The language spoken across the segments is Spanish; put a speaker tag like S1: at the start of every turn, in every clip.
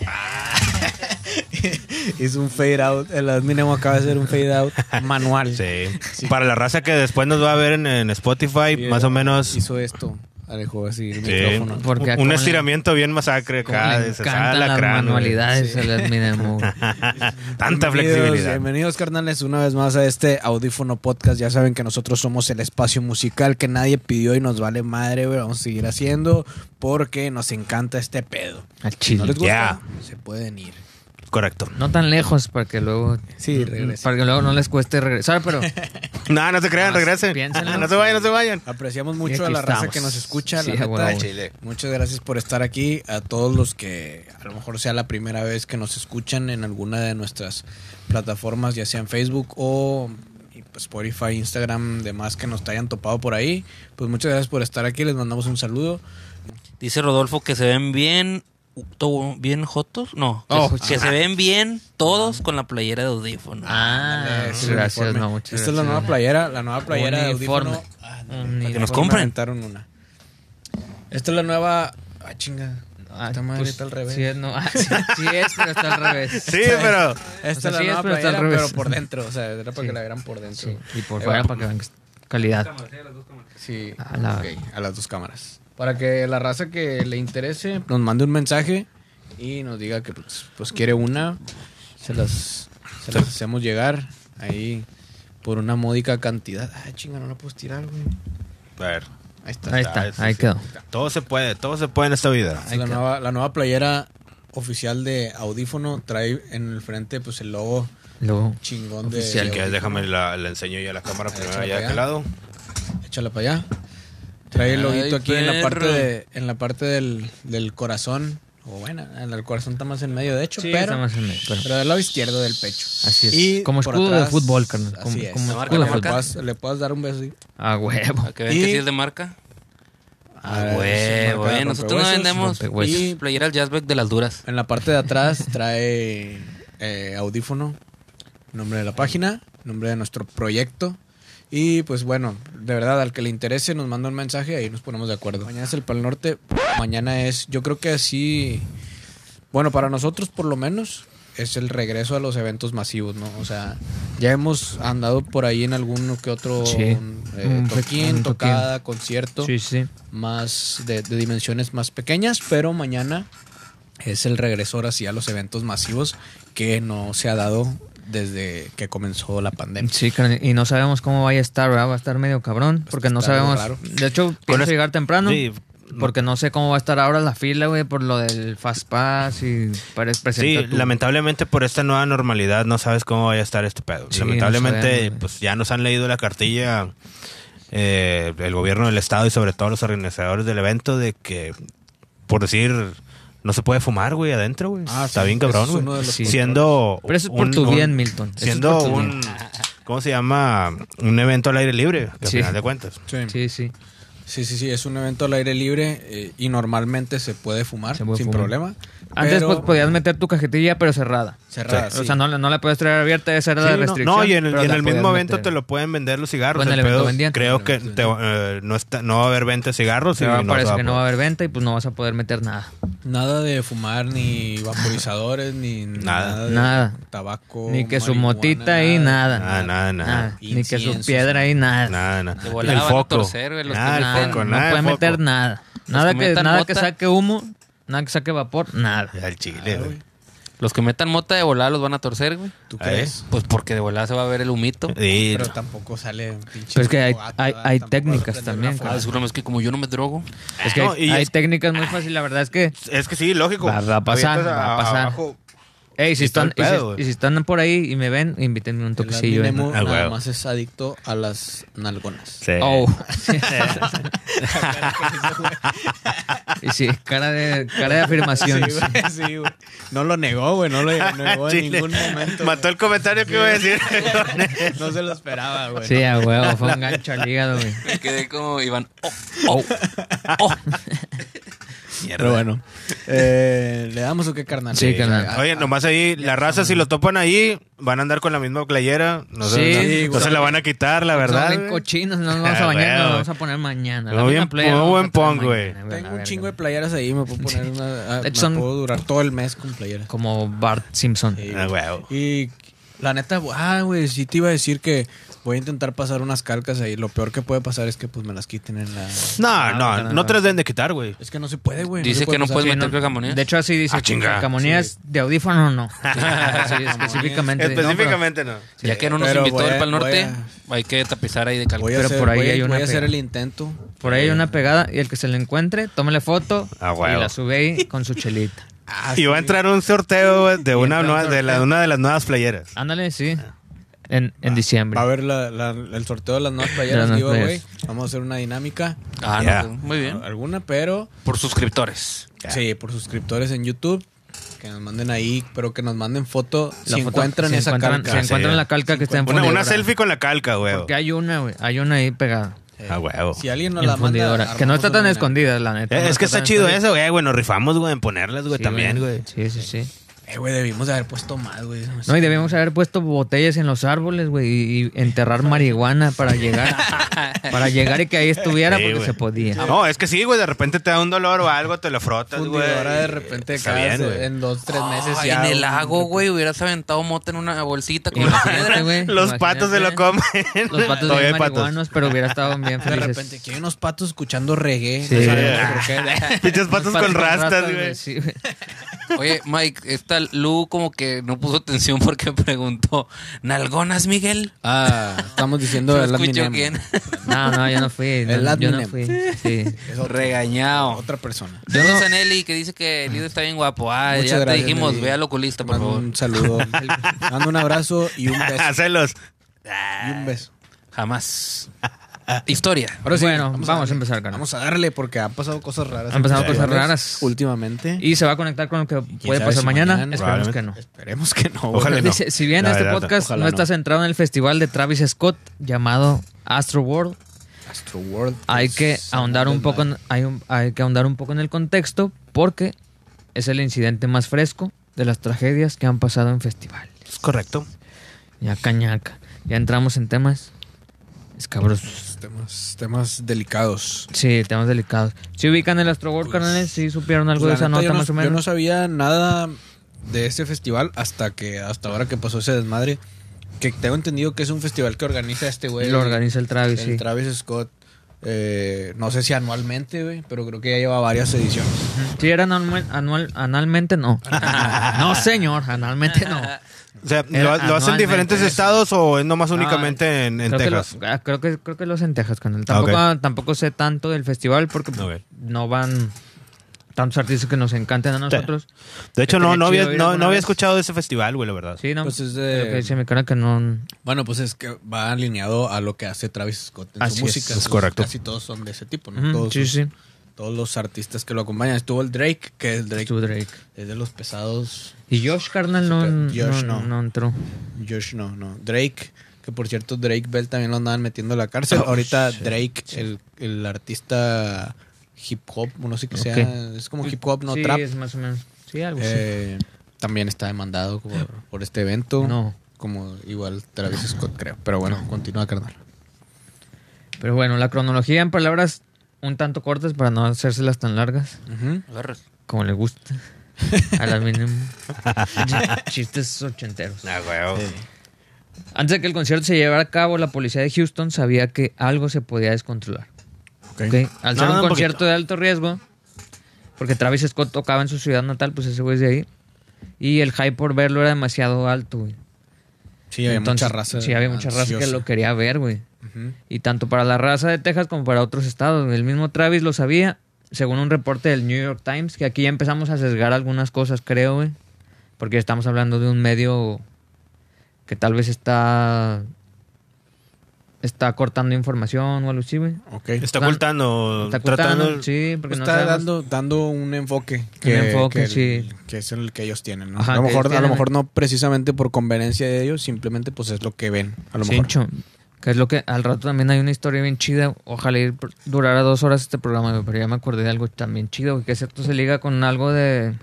S1: Hizo un fade out. El adminemo acaba de hacer un fade out manual.
S2: Sí. Para la raza que después nos va a ver en, en Spotify,
S1: Sí,
S2: más o menos.
S1: Hizo esto. Alejó así el
S2: sí.
S1: micrófono.
S3: Porque a
S2: un
S3: cómo le-
S2: estiramiento bien masacre
S3: Como
S2: acá. "Ah,
S3: le
S2: de César
S3: encantan las
S2: Alacrán, güey.
S3: manualidades al Adminemo.
S2: Tanta
S1: Bienvenidos,
S2: flexibilidad.
S1: Bienvenidos, carnales, una vez más a este audífono podcast. Ya saben que nosotros somos el espacio musical que nadie pidió y nos vale madre, güey. Vamos a seguir haciendo porque nos encanta este pedo.
S3: Al
S1: Si no
S3: chile.
S1: les gusta,
S2: Yeah.
S1: se pueden ir.
S2: Correcto.
S3: No tan lejos para que luego.
S1: Sí, regresen.
S3: Para que luego no les cueste regresar, pero.
S2: No, no se crean,
S3: Nomás
S2: regresen.
S3: piénsenlo.
S2: No se vayan, no se vayan.
S1: Apreciamos
S3: Y
S1: mucho a
S3: aquí
S1: la raza
S3: estamos.
S1: que nos escucha.
S3: Sí,
S1: la neta.
S3: a huevo.
S1: Muchas gracias por estar aquí. A todos los que a lo mejor sea la primera vez que nos escuchan en alguna de nuestras plataformas, ya sea en Facebook o y, pues, Spotify, Instagram, demás que nos te hayan topado por ahí. Pues muchas gracias por estar aquí. Les mandamos un saludo.
S4: Dice Rodolfo que se ven bien. to- ¿Bien jotos? No.
S3: Oh,
S4: que que
S3: ah.
S4: se ven bien todos con la playera de audífono.
S3: Ah,
S1: Ándale, ese Eh, este es el
S3: gracias,
S1: uniforme.
S3: no, muchas
S1: Esta es la
S3: gracias.
S1: nueva playera, la nueva playera
S3: Uniforme.
S1: de audífono. Ah, no,
S3: Uniforme.
S1: para
S4: Que nos
S1: me
S4: compren.
S1: aventaron una. Esta es la nueva. Ah, chinga.
S3: Ah,
S1: Esta madre
S3: pues,
S1: está al revés.
S3: Sí es, no, ah, sí, sí es, pero está al revés.
S2: Sí,
S1: Esta
S2: pero.
S3: O sea,
S1: es la
S3: sí es,
S1: nueva
S3: pero está al
S1: playera, pero
S3: revés.
S1: por dentro. O sea, era para
S3: Sí.
S1: que la vieran por dentro.
S3: Sí, Y por
S1: Ahí
S3: fuera
S1: va.
S3: para que vean que es calidad.
S1: Sí,
S3: A la-
S1: ok, a las dos cámaras. Para que la raza que le interese nos mande un mensaje y nos diga que pues, pues, quiere una. Se las, se las hacemos llegar ahí por una módica cantidad. Ah, chinga, no la puedo tirar, güey.
S2: A ver.
S1: Ahí está.
S3: Ahí está,
S2: ese
S3: ahí
S2: sí.
S3: quedó.
S2: Todo se puede, todo se puede en esta vida.
S1: Es la, nueva, la nueva playera oficial de audífono trae en el frente pues el logo
S3: Luego,
S1: chingón de-
S3: Oficial.
S1: de...
S2: Que
S1: Audífono.
S2: déjame la, la enseño yo a la cámara primero
S1: échala
S2: allá de
S1: para
S2: aquel
S1: allá.
S2: lado.
S1: Échala para allá. Trae el
S4: Ay,
S1: loguito aquí en la parte
S4: perro.
S1: de- en la parte del, del corazón. O bueno, en el corazón está más en medio, de hecho,
S3: Sí,
S1: pero,
S3: está más en medio, pero-
S1: pero del lado izquierdo del pecho.
S3: Así es. Como
S1: por
S3: escudo de fútbol, carnal. Como-
S1: así es.
S3: como
S4: La marca,
S1: Le
S4: escudo de la fútbol.
S1: puedas- Le puedas dar un beso así.
S3: a Ah, huevo.
S4: Para que vean
S1: Y-
S4: que sí es de marca.
S1: Ah,
S4: Ah, huevo,
S1: marca
S4: eh.
S1: de
S4: Nosotros no
S1: rompehuesos,
S4: vendemos
S3: rompehuesos.
S4: y playeras Jazzback de las duras.
S1: En la parte de atrás trae eh, audífono, nombre de la página, nombre de nuestro proyecto. Y pues bueno, de verdad, al que le interese nos manda un mensaje ahí nos ponemos de acuerdo. Mañana es el Pal Norte, mañana es, yo creo que así, bueno, para nosotros por lo menos es el regreso a los eventos masivos, ¿no? O sea, ya hemos andado por ahí en alguno que otro
S3: Sí.
S1: eh, toquín,
S3: Un toquín.
S1: tocada, concierto
S3: Sí, sí.
S1: más de, de dimensiones más pequeñas, pero mañana es el regreso ahora sí a los eventos masivos que no se ha dado desde que comenzó la pandemia.
S3: Sí, carnal, y no sabemos cómo vaya a estar, ¿verdad? Va a estar medio
S2: Pues
S3: cabrón, porque no
S1: está medio
S3: sabemos.
S1: raro.
S3: De hecho, pienso
S2: es-
S3: llegar temprano.
S2: Sí.
S3: Porque no sé cómo va a estar ahora la fila, güey, por lo del Fast Pass y para
S2: Sí,
S3: presentar. tu-
S2: lamentablemente por esta nueva normalidad no sabes cómo vaya a estar este pedo.
S3: Sí, no
S2: lamentablemente,
S3: sabemos,
S2: pues ya nos han leído la cartilla eh, el gobierno del estado y sobre todo los organizadores del evento de que, por decir, no se puede fumar, güey, adentro, güey.
S1: Ah,
S2: Está
S1: sí,
S2: bien
S1: eso
S2: cabrón,
S1: es uno de
S2: güey.
S1: los
S3: Sí.
S2: Siendo
S3: Pero eso es por tu bien, Milton. Eso es
S2: Siendo
S3: por tu
S2: un, ¿cómo se llama? Un evento al aire libre, que al
S3: Sí.
S2: final de cuentas.
S1: Sí.
S3: Sí, sí.
S1: sí, sí, sí, es un evento al aire libre eh, y normalmente se puede fumar
S3: Se puede
S1: sin
S3: fumar.
S1: problema.
S3: Antes
S1: pero
S3: pues, podías meter tu cajetilla, pero cerrada.
S1: cerrada,
S3: O
S1: sí.
S3: sea, no, la- no la puedes traer abierta, esa era
S2: Sí,
S3: la
S2: no,
S3: restricción.
S2: No, y en el,
S3: pero
S2: y en
S3: la
S2: el
S3: podías
S2: mismo evento
S3: meter.
S2: te lo pueden vender los cigarros.
S3: Bueno,
S2: el
S3: el evento
S2: pedo es-
S3: vendían.
S2: creo que te- eh, no, está, no va a haber venta de cigarros. y
S3: Pero ahora
S2: no se
S3: parece
S2: va a
S3: que no va a
S2: poder.
S3: haber venta y pues no vas a poder meter nada.
S1: Nada de fumar, ni vaporizadores, ni
S2: Nada.
S1: de
S3: Mm. Nada.
S1: Tabaco.
S3: Ni que su
S1: marihuana,
S3: motita ahí, nada.
S2: Oh, Nada, nada, nada.
S3: Ni que su
S1: Inciensos,
S3: piedra ahí, nada.
S2: Nada, nada.
S4: De volada van a torcer, güey, los
S2: nada,
S4: que
S2: el
S3: Nada,
S2: foco,
S3: no
S2: nada,
S3: puede
S2: el foco.
S3: meter nada. Nada,
S4: que
S3: que,
S4: metan
S3: nada
S4: mota.
S3: que saque humo, nada que saque vapor, nada.
S2: Al chile, güey.
S4: Los que metan mota de volada los van a torcer, güey.
S1: ¿Tú
S2: Ahí.
S1: crees?
S4: Pues porque de volada se va a ver el humito.
S2: Sí,
S1: Pero tampoco sale un pinche.
S3: Pero es Pues que hay-
S1: fogata,
S3: hay-
S1: ¿verdad?
S3: hay
S1: Tampoco
S3: técnicas
S1: vas a prender
S3: también,
S1: una
S3: cabrón.
S4: Ah,
S1: fogata.
S4: seguro es que como yo no me drogo.
S3: Es que
S2: No,
S3: hay,
S2: y
S3: hay
S2: es-
S3: técnicas muy fáciles, la verdad es que,
S2: es que sí, lógico.
S3: Va- va a pasar,
S2: Avientas
S3: va a pasar.
S2: abajo.
S3: hey, si
S2: Y todo el
S3: están, y si-
S2: pedo,
S3: y
S2: güey.
S3: si, están por ahí y me ven, invítenme un
S1: El
S3: toquecillo. ahí,
S1: Adminemo
S3: ¿no?
S2: Ah,
S1: nada
S2: huevo.
S1: más es adicto a las nalgonas.
S2: Sí.
S3: Oh. y sí, cara de, cara de afirmación.
S1: sí, güey. No lo negó, güey. No lo negó en
S2: Chile.
S1: ningún momento.
S2: Mató el comentario que iba a decir.
S1: güey. No se lo esperaba, güey.
S3: Sí, a huevo, fue un gancho al hígado, güey.
S4: Me quedé como Iván. Oh, oh, oh.
S1: Pero bueno, eh, le damos o qué carnal.
S3: Sí, carnal.
S1: Ah,
S2: Oye, nomás ahí, la raza, si lo topan ahí, van a andar con la misma playera. No, se-
S3: Sí,
S2: no-
S1: sí,
S2: no
S1: güey.
S2: se la van a quitar, la verdad.
S3: Son bien
S2: güey.
S3: cochinos, no nos vamos
S2: Ah,
S3: a bañar, nos
S2: güey.
S3: vamos a poner mañana. La
S2: Muy
S3: misma
S2: bien,
S3: playa
S2: muy
S3: vamos a
S2: buen
S3: poner
S2: pong, güey.
S3: mañana, la
S1: Tengo un
S3: verga.
S1: chingo de playeras ahí, me puedo poner una. ah,
S3: De
S1: me
S3: hecho, son-
S1: puedo durar todo el mes con playeras.
S3: Como Bart Simpson.
S1: Sí,
S2: Ah,
S1: güey.
S2: huevo.
S1: Y la neta, ah, güey, sí te iba a decir que voy a intentar pasar unas calcas ahí. Lo peor que puede pasar es que pues me las quiten en la.
S2: No, no,
S3: carnal,
S2: Ah, no
S3: no.
S2: te las deben de quitar, güey.
S1: Es que no se puede, güey.
S4: Dice
S1: se
S4: que no
S1: pasar.
S4: puedes
S3: Sí,
S4: meter calcamonías.
S3: De hecho, así dice.
S2: Ah, chinga.
S3: calcamonías de audífono no. Sí, específicamente.
S2: Específicamente no.
S3: Sí.
S4: ya que no nos
S1: Pero
S4: invitó
S1: voy
S4: el
S1: a-
S4: Pal Norte,
S1: voy
S4: hay que tapizar ahí de calor.
S1: Voy a
S3: Pero
S1: hacer,
S3: por ahí
S1: voy a-
S3: hay una
S1: voy a hacer
S3: pega.
S1: el intento.
S3: Por ahí hay una pegada y el que se la encuentre, tómele foto
S2: Ah,
S3: y
S2: huevo.
S3: la sube ahey con su chelita.
S2: Y va a entrar un sorteo güey, de una,
S3: entra un
S2: nueva- de, la-
S3: sorteo.
S2: una de las nuevas playeras.
S3: Ándale, sí. Ah. En,
S2: Ah.
S3: en diciembre.
S1: Va a haber la- la- el sorteo de las nuevas playeras,
S3: De las
S1: digo,
S3: nuevas
S1: güey. Vamos a hacer una dinámica.
S4: Ah,
S2: Ya.
S4: no, pues, muy bien.
S1: Alguna, pero
S4: Por suscriptores.
S2: Ya.
S1: sí, por suscriptores en YouTube. Que nos manden ahí, pero que nos manden foto
S3: La
S1: si
S3: foto-
S1: encuentran
S3: si
S1: esa
S3: encuentran-
S1: carca.
S3: Si
S2: Ah, sí,
S3: encuentran
S2: ya.
S3: la calca que está en
S2: Una,
S3: fundidora.
S2: una selfie con la calca, güey.
S3: Porque hay una, güey. Hay una ahí pegada.
S2: Ah, huevo.
S1: Si alguien nos
S3: En
S1: la
S3: fundidora.
S1: manda.
S3: Que no está tan
S1: armamos una dinámica.
S3: escondida, la neta.
S2: Eh,
S3: No
S2: Es que está
S3: tan
S2: chido
S3: escondida.
S2: eso, güey. Bueno, rifamos, güey, en ponerlas, güey,
S3: Sí,
S2: también, güey.
S3: Sí, sí, sí.
S1: Eh, güey, debimos de haber puesto más, güey.
S3: No, y debíamos haber puesto botellas en los árboles, güey, y y enterrar marihuana para llegar. para llegar y que ahí estuviera,
S2: Sí,
S3: porque
S2: güey.
S3: se podía.
S2: No, es que sí, güey. De repente te da un dolor o algo, te lo frotas, güey.
S1: Fundidora de repente
S2: Está
S1: cada
S2: bien,
S1: se-
S2: güey.
S1: en dos, tres meses
S4: Ay,
S1: Ah, ya.
S4: en el
S1: un-
S4: lago, güey, hubieras aventado mota en una bolsita con la
S3: Imagínate,
S4: piedra.
S3: güey,
S2: Los
S3: imagínate.
S2: patos se lo comen.
S3: Los patos
S2: Todavía
S3: de
S2: hay patos.
S3: marihuanos, pero hubiera estado bien
S1: De
S3: felices.
S1: repente, que hay unos patos escuchando reggae.
S3: Sí.
S1: No sabemos por qué.
S2: Pinches patos
S3: Los
S2: con rastas, güey.
S3: sí, güey.
S4: Oye, Mike, esta Lu como que no puso atención porque preguntó, ¿nalgonas, Miguel?
S1: Ah, estamos diciendo
S4: No
S1: el
S4: escucho
S1: Adminem.
S4: quién.
S3: No, no, yo no fui.
S1: El
S3: No, yo no
S1: Adminem.
S3: fui. Sí.
S1: Es otro-
S4: Regañado.
S1: Otra persona.
S4: Saludos a Nelly que dice que el líder está bien guapo. Ah,
S1: Muchas
S4: ya te
S1: gracias,
S4: dijimos,
S1: Nelly.
S4: ve al oculista, por
S1: Mando
S4: favor.
S1: un saludo. Mando un abrazo y un beso.
S2: Hacelos.
S1: Y un beso.
S4: Jamás. Historia.
S1: Ahora sí,
S3: Bueno, vamos a
S1: darle.
S3: empezar, carnal.
S1: Vamos a darle porque han pasado cosas raras.
S3: Han pasado
S1: Sí.
S3: cosas raras.
S1: Últimamente.
S3: Y se va a conectar con lo que
S1: sabe
S3: puede pasar
S1: si
S3: mañana.
S1: mañana,
S3: Esperemos que no.
S1: Esperemos que no. güey.
S2: Ojalá y no.
S3: Dice, si bien
S2: La
S3: este
S2: verdad,
S3: podcast
S1: ojalá
S3: no está
S1: no.
S3: centrado en el festival de Travis Scott llamado Astro World,
S1: Astro World.
S3: hay
S1: pues,
S3: que ahondar un poco en, hay, un- hay que ahondar un poco en el contexto porque es el incidente más fresco de las tragedias que han pasado en festival.
S2: Es correcto.
S3: Ya cañaca. Ya entramos en temas escabrosos.
S1: Temas, temas delicados.
S3: Sí, temas delicados. Si ubican el Astro World, carnales, si supieron algo
S1: Pues,
S3: de esa
S1: la neta,
S3: nota
S1: yo no,
S3: más o
S1: yo no
S3: menos.
S1: sabía nada de este festival hasta que hasta ahora que pasó ese desmadre. Que tengo entendido que es un festival que organiza este güey.
S3: Lo organiza el Travis,
S1: el
S3: sí.
S1: Travis Scott. eh, no sé si anualmente, güey, pero creo que ya lleva varias ediciones.
S3: Si era anual, anual- analmente, no. no, señor, analmente no.
S2: O sea,
S3: Era
S2: ¿lo, lo
S3: ah,
S2: hacen en
S3: anualmente
S2: diferentes
S3: eso.
S2: estados o es nomás únicamente en, en
S3: creo
S2: Texas?
S3: Que lo- ah, creo, que, creo que los en Texas, carnal.
S2: Ah, ok.
S3: Tampoco, tampoco sé tanto del festival porque
S2: Ok.
S3: no van tantos artistas que nos encantan a nosotros.
S2: De hecho, no,
S3: Estaría
S2: no,
S3: chido
S2: había,
S3: ir
S2: no,
S3: alguna
S2: no había
S3: vez.
S2: escuchado de ese festival, güey, la verdad.
S3: Sí, ¿no?
S1: Pues es de-
S3: Lo que dice mi cara que no...
S1: Bueno, pues es que va alineado a lo que hace Travis Scott en
S3: Así es,
S1: su música.
S2: es
S1: Entonces,
S2: correcto.
S1: Casi todos son de ese tipo, ¿no?
S3: Ujú,
S1: todos,
S3: sí,
S1: sus-
S3: sí.
S1: todos los artistas que lo acompañan. Estuvo el Drake, que el Drake
S3: Estuvo Drake.
S1: es de los pesados.
S3: Y Josh, carnal, no,
S1: Josh
S3: no,
S1: no.
S3: no entró.
S1: Josh no, no. Drake, que por cierto, Drake Bell también lo andaban metiendo a la cárcel.
S2: Oh,
S1: Ahorita
S2: shit.
S1: Drake, el, el artista hip hop, no sé qué sea,
S3: Ok.
S1: es como hip hop, no
S3: sí,
S1: trap.
S3: es más o menos. Pues Sí, algo
S1: Eh, También está demandado por, por este evento.
S3: No.
S1: Como igual Travis Scott, creo. Pero bueno, continúa, carnal.
S3: así. Pero bueno, la cronología en palabras un tanto cortas para no hacérselas tan largas,
S1: Ujú.
S4: Agarra.
S3: como le gusta. A la mínima. Ch- Chistes ochenteros.
S2: Ah, huevo.
S3: Antes de que el concierto se llevara a cabo, la policía de Houston sabía que algo se podía descontrolar. ¿ok? Al ser
S2: Nada,
S3: un
S2: un
S3: concierto
S2: poquito.
S3: de alto riesgo, porque Travis Scott tocaba en su ciudad natal, pues ese güey es de ahí. Y el hype por verlo era demasiado alto, güey.
S1: Sí, había
S3: Entonces,
S1: mucha raza.
S3: Sí, había mucha raza que
S1: ansiosa.
S3: lo quería ver, güey.
S1: Ujú.
S3: Y tanto para la raza de Texas como para otros estados. El mismo Travis lo sabía, según un reporte del New York Times, que aquí ya empezamos a sesgar algunas cosas, creo, güey. Porque estamos hablando de un medio que tal vez está. está cortando información o algo así, güey.
S1: Ok.
S2: Está ocultando,
S3: Está
S2: tratando...
S3: ocultando, sí, porque no
S1: está
S3: sabemos.
S1: dando, dando un enfoque que,
S3: enfoque,
S1: que, el-
S3: sí.
S1: que es el que ellos tienen. ¿no?
S3: Ajá,
S1: a lo
S3: que ellos
S1: mejor, a lo
S3: tienen.
S1: mejor no precisamente por conveniencia de ellos, simplemente pues es lo que ven. A lo mejor.
S3: Sincho. Que es lo que al rato también hay una historia bien chida. Ojalá ir, durara dos horas este programa, güey, pero ya me acordé de algo también chido, güey, que esto se liga con algo de,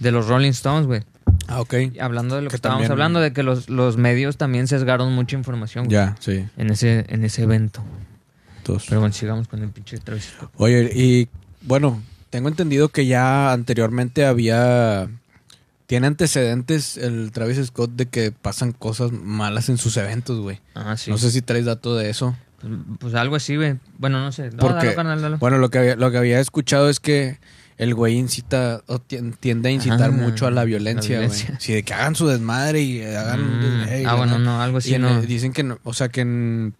S3: de los Rolling Stones, güey.
S1: Ah, ok.
S3: Y Hablando de lo que,
S1: Que
S3: estábamos
S1: también-
S3: hablando, de que los, los medios también sesgaron mucha información, güey,
S1: Ya, sí.
S3: En ese, en ese evento.
S1: Todos.
S3: Pero bueno, sigamos con el pinche Travis Scott.
S1: Oye, y bueno, tengo entendido que ya anteriormente había. Tiene antecedentes el Travis Scott de que pasan cosas malas en sus eventos, güey.
S3: Ah, sí.
S1: No sé si traes dato de eso.
S3: Pues, pues algo así, güey. Bueno, no sé. No,
S1: Porque-
S3: dalo, carnal, dalo.
S1: Bueno, lo que había, lo que había escuchado es que el güey incita o tien- tiende a incitar
S3: Ah,
S1: mucho a la violencia,
S3: la
S1: güey.
S3: violencia.
S1: Sí, de que hagan su desmadre y eh, hagan.
S3: Mm,
S1: eh, y
S3: ah,
S1: la
S3: bueno,
S1: nada.
S3: no,
S1: Y
S3: algo así
S1: en-
S3: no.
S1: dicen que no, o sea que en,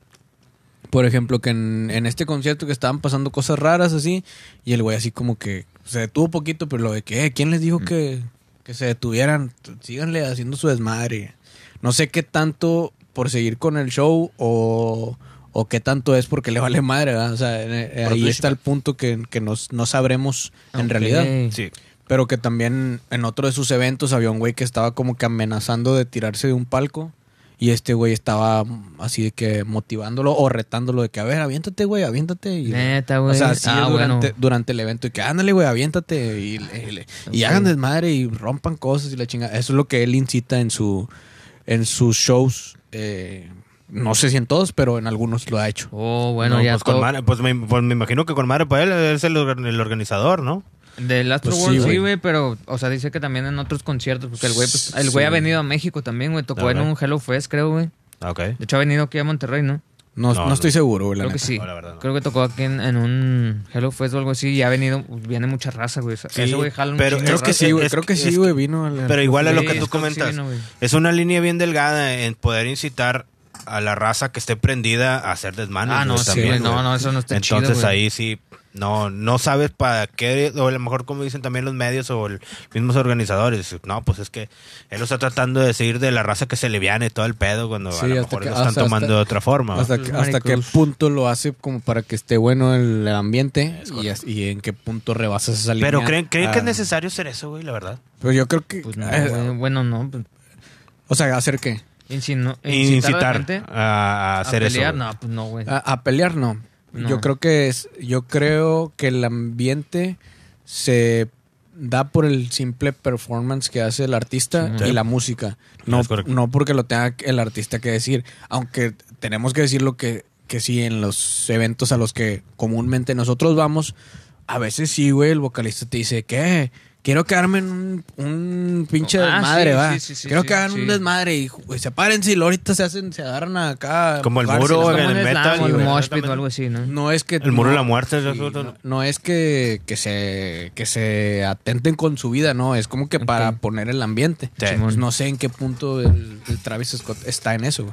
S1: por ejemplo, que en, en este concierto que estaban pasando cosas raras así, y el güey así como que se detuvo poquito, pero lo de que, eh, ¿quién les
S3: Mm.
S1: dijo que, que se detuvieran? T- Síganle haciendo su desmadre. No sé qué tanto por seguir con el show o, o qué tanto es porque le vale madre, ¿verdad? O sea, en- eh, ahí
S4: Producción.
S1: está el punto que, que nos- no sabremos en realidad.
S3: Ok.
S2: Sí.
S1: Pero que también en otro de sus eventos había un güey que estaba como que amenazando de tirarse de un palco. Y este güey estaba mm, así de que motivándolo o retándolo de que, a ver, aviéntate, güey, aviéntate. Y,
S3: Neta,
S1: o
S3: güey.
S1: sea, sí,
S3: ah, bueno.
S1: durante, durante el evento. Y que, ándale, güey, aviéntate. Y, le- y le- y
S3: Ok.
S1: hagan desmadre y rompan cosas y la chinga. Eso es lo que él incita en, su, en sus shows. eh, no sé si en todos, pero en algunos lo ha hecho.
S3: Oh, bueno,
S2: No,
S3: ya
S2: pues, con
S3: todo-
S2: madre- pues me, pues me imagino que con madre para él, él es el, or- el organizador, ¿no?
S3: Del Astro
S1: Pues sí,
S3: World, sí,
S1: güey.
S3: güey, pero, o sea, dice que también en otros conciertos, porque el güey, pues, el güey
S1: Sí.
S3: ha venido a México también, güey. Tocó en
S2: Ajá.
S3: un Hello Fest, creo, güey.
S2: Ah, Ok.
S3: De hecho, ha venido aquí a Monterrey, ¿no?
S1: No,
S2: No,
S1: no,
S2: no.
S1: estoy seguro, güey. la
S3: Creo que
S1: neta.
S3: sí.
S2: No, la verdad no.
S3: Creo que tocó aquí en, en un Hello Fest o algo así. Y ha venido, pues, viene mucha raza, güey. O sea,
S2: Sí,
S3: ese güey jala un
S2: pero
S3: chingo de
S1: Creo que
S3: raza.
S1: sí, güey.
S2: Es-
S1: Creo que
S2: es
S1: sí,
S2: que-
S1: güey. Vino a la-
S2: Pero igual a lo
S3: Sí,
S2: que tú
S3: Scott
S2: comentas,
S3: Silvino, güey.
S2: es una línea bien delgada en poder incitar a la raza que esté prendida a hacer desmanes.
S3: Ah, no,
S2: güey,
S3: sí,
S2: también,
S3: güey. No,
S2: güey.
S3: no, eso no está chido,
S2: Entonces
S3: güey.
S2: ahí sí, no, no sabes para qué, o a lo mejor como dicen también los medios o el- los mismos organizadores, no, pues es que él lo está tratando de decir de la raza que se leviane todo el pedo cuando
S1: Sí,
S2: a lo
S1: hasta
S2: mejor
S1: que-
S2: lo están
S1: hasta-
S2: tomando
S1: hasta-
S2: de otra forma.
S1: Hasta,
S3: Pues
S1: que- hasta qué
S3: Maricruz.
S1: punto lo hace como para que esté bueno el ambiente y, as- y en qué punto rebasas esa línea.
S2: Pero creen, creen que es
S1: Ah,
S2: necesario hacer eso, güey, la verdad.
S1: Pero yo creo que...
S3: Pues no,
S1: eh,
S3: güey, bueno, no. pues,
S1: o sea, ¿hacer qué?
S3: insinu- ¿E incitar a la
S2: Incitar
S3: gente
S2: a, a
S3: a
S2: hacer
S3: pelear,
S2: eso. güey. Ah,
S3: no, pues no, güey.
S1: A, a pelear no.
S3: No.
S1: Yo creo que es... Yo creo que el ambiente se da por el simple performance que hace el artista
S2: Sí.
S1: y la música. No,
S2: Es correcto.
S1: no porque lo tenga el artista que decir. Aunque tenemos que decir lo que, que sí en los eventos a los que comúnmente nosotros vamos, a veces sí, güey, el vocalista te dice que quiero que armen un, un pinche
S3: Ah,
S1: desmadre,
S3: sí,
S1: va.
S3: sí, sí, sí,
S1: quiero
S3: sí,
S1: que hagan
S3: sí.
S1: un desmadre y güey, sepárense y luego ahorita se hacen, se agarran acá.
S2: Como el
S1: jugarse,
S2: muro,
S1: ¿no?
S3: Como
S2: en el
S3: un
S2: metal,
S3: slam o el
S2: güey.
S3: mosh pit o algo así, ¿no?
S1: No es que
S2: El muro de la
S1: no-
S2: muerte.
S1: Sí,
S2: eso-
S1: no, no es que, que se que se atenten con su vida, no, es como que para
S3: Ok.
S1: poner el ambiente.
S2: Sí.
S1: Pues no sé en qué punto el, el Travis Scott está en eso,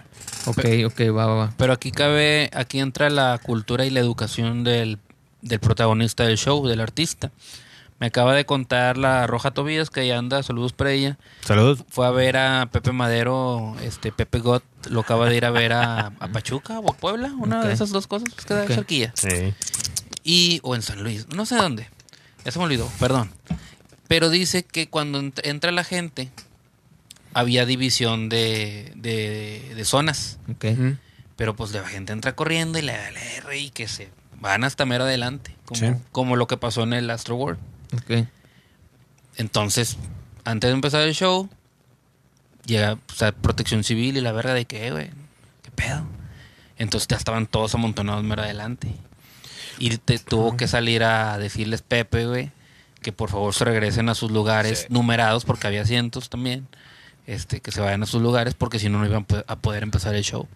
S1: güey.
S3: Ok, ok, va, va, va.
S4: Pero aquí cabe, aquí entra la cultura y la educación del, del protagonista del show, del artista. Me acaba de contar la Roja Tobías, que ahí anda, saludos para ella.
S2: Saludos.
S4: Fue a ver a Pepe Madero, este Pepe Gott, lo acaba de ir a ver a, a Pachuca o a Puebla, una
S3: Ok.
S4: de esas dos cosas, pues queda
S3: Ok.
S4: cerquilla.
S2: Sí.
S4: Y, o en San Luis, no sé dónde, ya se me olvidó, perdón. Pero dice que cuando ent- entra la gente, había división de, de- de zonas.
S3: Ok.
S1: Ujú.
S4: Pero pues la gente entra corriendo y le da la R y que se van hasta mero adelante, como,
S1: Sí.
S4: como lo que pasó en el Astro World.
S3: Ok.
S4: Entonces, antes de empezar el show, llega o sea, protección civil y la verga de que, "Eh, güey, qué pedo. Entonces ya estaban todos amontonados mero adelante. Y te tuvo que salir a decirles Pepe, güey, que por favor se regresen a sus lugares numerados, porque había cientos también, este, que se vayan a sus lugares, porque si no, no iban a poder empezar el show.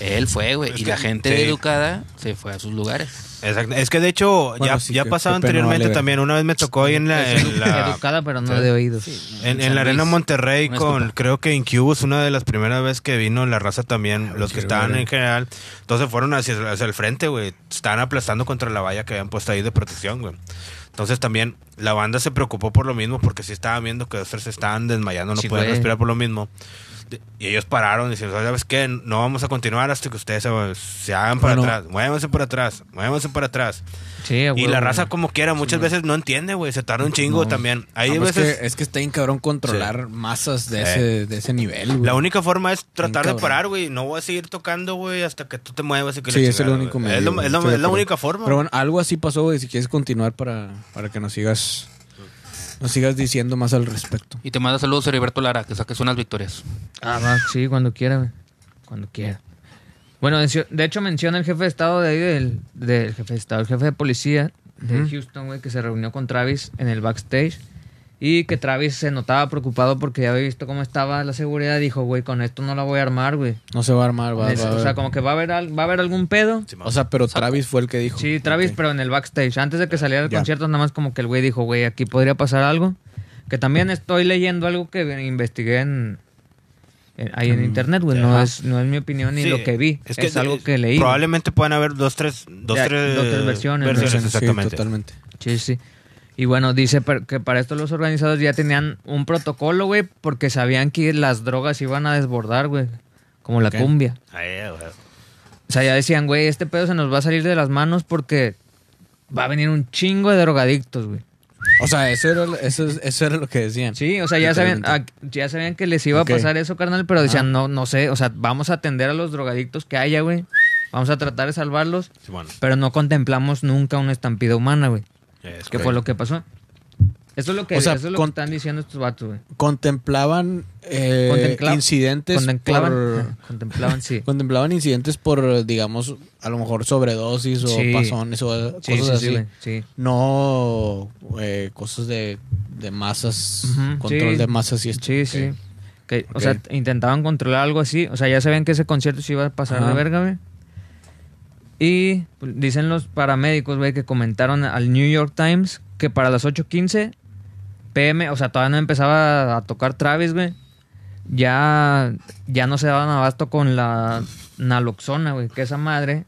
S4: Él fue, güey,
S2: Es
S4: y
S2: que-
S4: la gente
S2: sí.
S4: educada se fue a sus lugares.
S2: Exacto. Es que de hecho,
S1: Bueno,
S2: ya,
S1: sí
S2: ya
S1: que
S2: pasaba
S1: Pepe no
S2: anteriormente
S1: vale
S2: también. Una vez me tocó ahí en la,
S3: Es
S2: en Eh, la-
S3: educada, pero no
S2: Sí.
S3: de oídos.
S2: en- en
S4: San
S2: la Arena
S4: Luis.
S2: Monterrey
S4: Una
S2: con,
S4: disculpa.
S2: creo que Incubus, una de las primeras veces que vino la raza también, los que
S1: qué
S2: estaban
S1: verga.
S2: en general. Entonces fueron hacia, hacia el frente, güey. Estaban aplastando contra la valla que habían puesto ahí de protección, güey. Entonces también la banda se preocupó por lo mismo porque sí estaban viendo que otros se estaban desmayando, no
S3: Sí,
S2: podían
S3: güey.
S2: respirar por lo mismo. de- y ellos pararon y dijeron, ¿sabes qué? No vamos a continuar hasta que ustedes se, se hagan para
S1: Bueno.
S2: atrás. Muévanse para atrás, muévanse para atrás.
S3: Sí, a
S2: y
S3: huevo,
S2: la
S3: güey.
S2: raza como quiera, muchas veces no entiende, güey. Se tarda un chingo
S3: No.
S2: también. Hay
S1: Ah, pues
S2: veces...
S1: es, que, es que está bien cabrón controlar masas de,
S2: Sí.
S1: ese, de ese nivel, güey.
S2: La única forma es tratar de
S1: cabrón.
S2: parar, güey. No voy a seguir tocando, güey, hasta que tú te muevas y que
S1: Sí,
S2: la
S1: es el
S2: chingada,
S1: único
S2: güey.
S1: medio.
S2: Es, lo-
S1: güey.
S2: es lo-
S1: Estoy de
S2: es la
S1: acuerdo.
S2: única forma.
S1: Pero bueno, algo así pasó, güey. Si quieres continuar para, para que nos sigas, nos sigas diciendo más al respecto.
S4: Y te manda saludos a Heriberto Lara, que saques unas victorias.
S3: Ah, va, sí, cuando quiera, güey. Cuando quiera. Bueno, de de hecho menciona el jefe de estado de ahí, del, del jefe de estado, el jefe de policía de
S1: Ujú.
S3: Houston, güey, que se reunió con Travis en el backstage y que Travis se notaba preocupado porque ya había visto cómo estaba la seguridad. Dijo, güey, con esto no la voy a armar, güey.
S1: No se va a armar, va,
S3: Es-
S1: va a
S3: o sea,
S1: haber-
S3: como que va a haber, al- va a haber algún pedo.
S2: Simón.
S1: O sea, pero Travis fue el que dijo.
S3: Sí, Travis,
S1: Ok.
S3: pero en el backstage. Antes de que saliera el
S1: Ya.
S3: concierto, nada más como que el güey dijo, güey, aquí podría pasar algo. Que también estoy leyendo algo que investigué en, en- ahí
S1: Mm,
S3: en internet, güey. No
S2: ajá.
S3: es, no es mi opinión ni
S2: Sí,
S3: lo que vi. Es, algo que leí. güey.
S2: Probablemente puedan haber dos, tres, dos,
S3: Ya,
S2: tres,
S3: dos, tres versiones,
S1: Sí, sí,
S2: exactamente.
S1: totalmente.
S3: Sí, sí. Y bueno, dice per- que para esto los organizadores ya tenían un protocolo, güey, porque sabían que las drogas iban a desbordar, güey. Como la
S1: Ok.
S3: cumbia.
S2: Ahí, Ah, eh, güey.
S3: O sea, ya decían, güey, este pedo se nos va a salir de las manos porque va a venir un chingo de drogadictos, güey.
S1: O sea, eso era, eso, es- eso era lo que decían.
S3: Sí, o sea, ya sabían,
S1: Literalmente.
S3: ah, ya sabían que les iba
S1: Ok.
S3: a pasar eso, carnal, pero decían, no, no sé, o sea, vamos a atender a los drogadictos que haya, güey. Vamos a tratar de salvarlos,
S2: Simón.
S3: pero no contemplamos nunca una estampida humana, güey.
S2: Es
S3: ¿Qué
S2: correcto.
S3: fue lo que pasó? Eso es lo que,
S1: O sea,
S3: eso es lo
S1: con-
S3: que están diciendo estos vatos, güey.
S1: Contemplaban eh,
S3: Contempla-
S1: incidentes.
S3: Contemplaban,
S1: por-
S3: contemplaban, sí.
S1: contemplaban incidentes por, digamos, a lo mejor sobredosis o
S3: Sí.
S1: pasones o cosas
S3: Sí, sí, sí,
S1: así.
S3: güey, sí.
S1: no eh, cosas de, de masas,
S3: Ujú,
S1: control
S3: sí.
S1: de masas y esto.
S3: Sí, sí.
S1: Ok.
S3: Que,
S1: Ok.
S3: O sea, intentaban controlar algo así. O sea, ya sabían que ese concierto se iba a pasar
S1: Ajá.
S3: de verga, güey. Y pues, dicen los paramédicos, güey, que comentaron al New York Times que para las 8.15 pm, o sea, todavía no empezaba a tocar Travis, güey. Ya, ya no se daban abasto con la naloxona, güey, que esa madre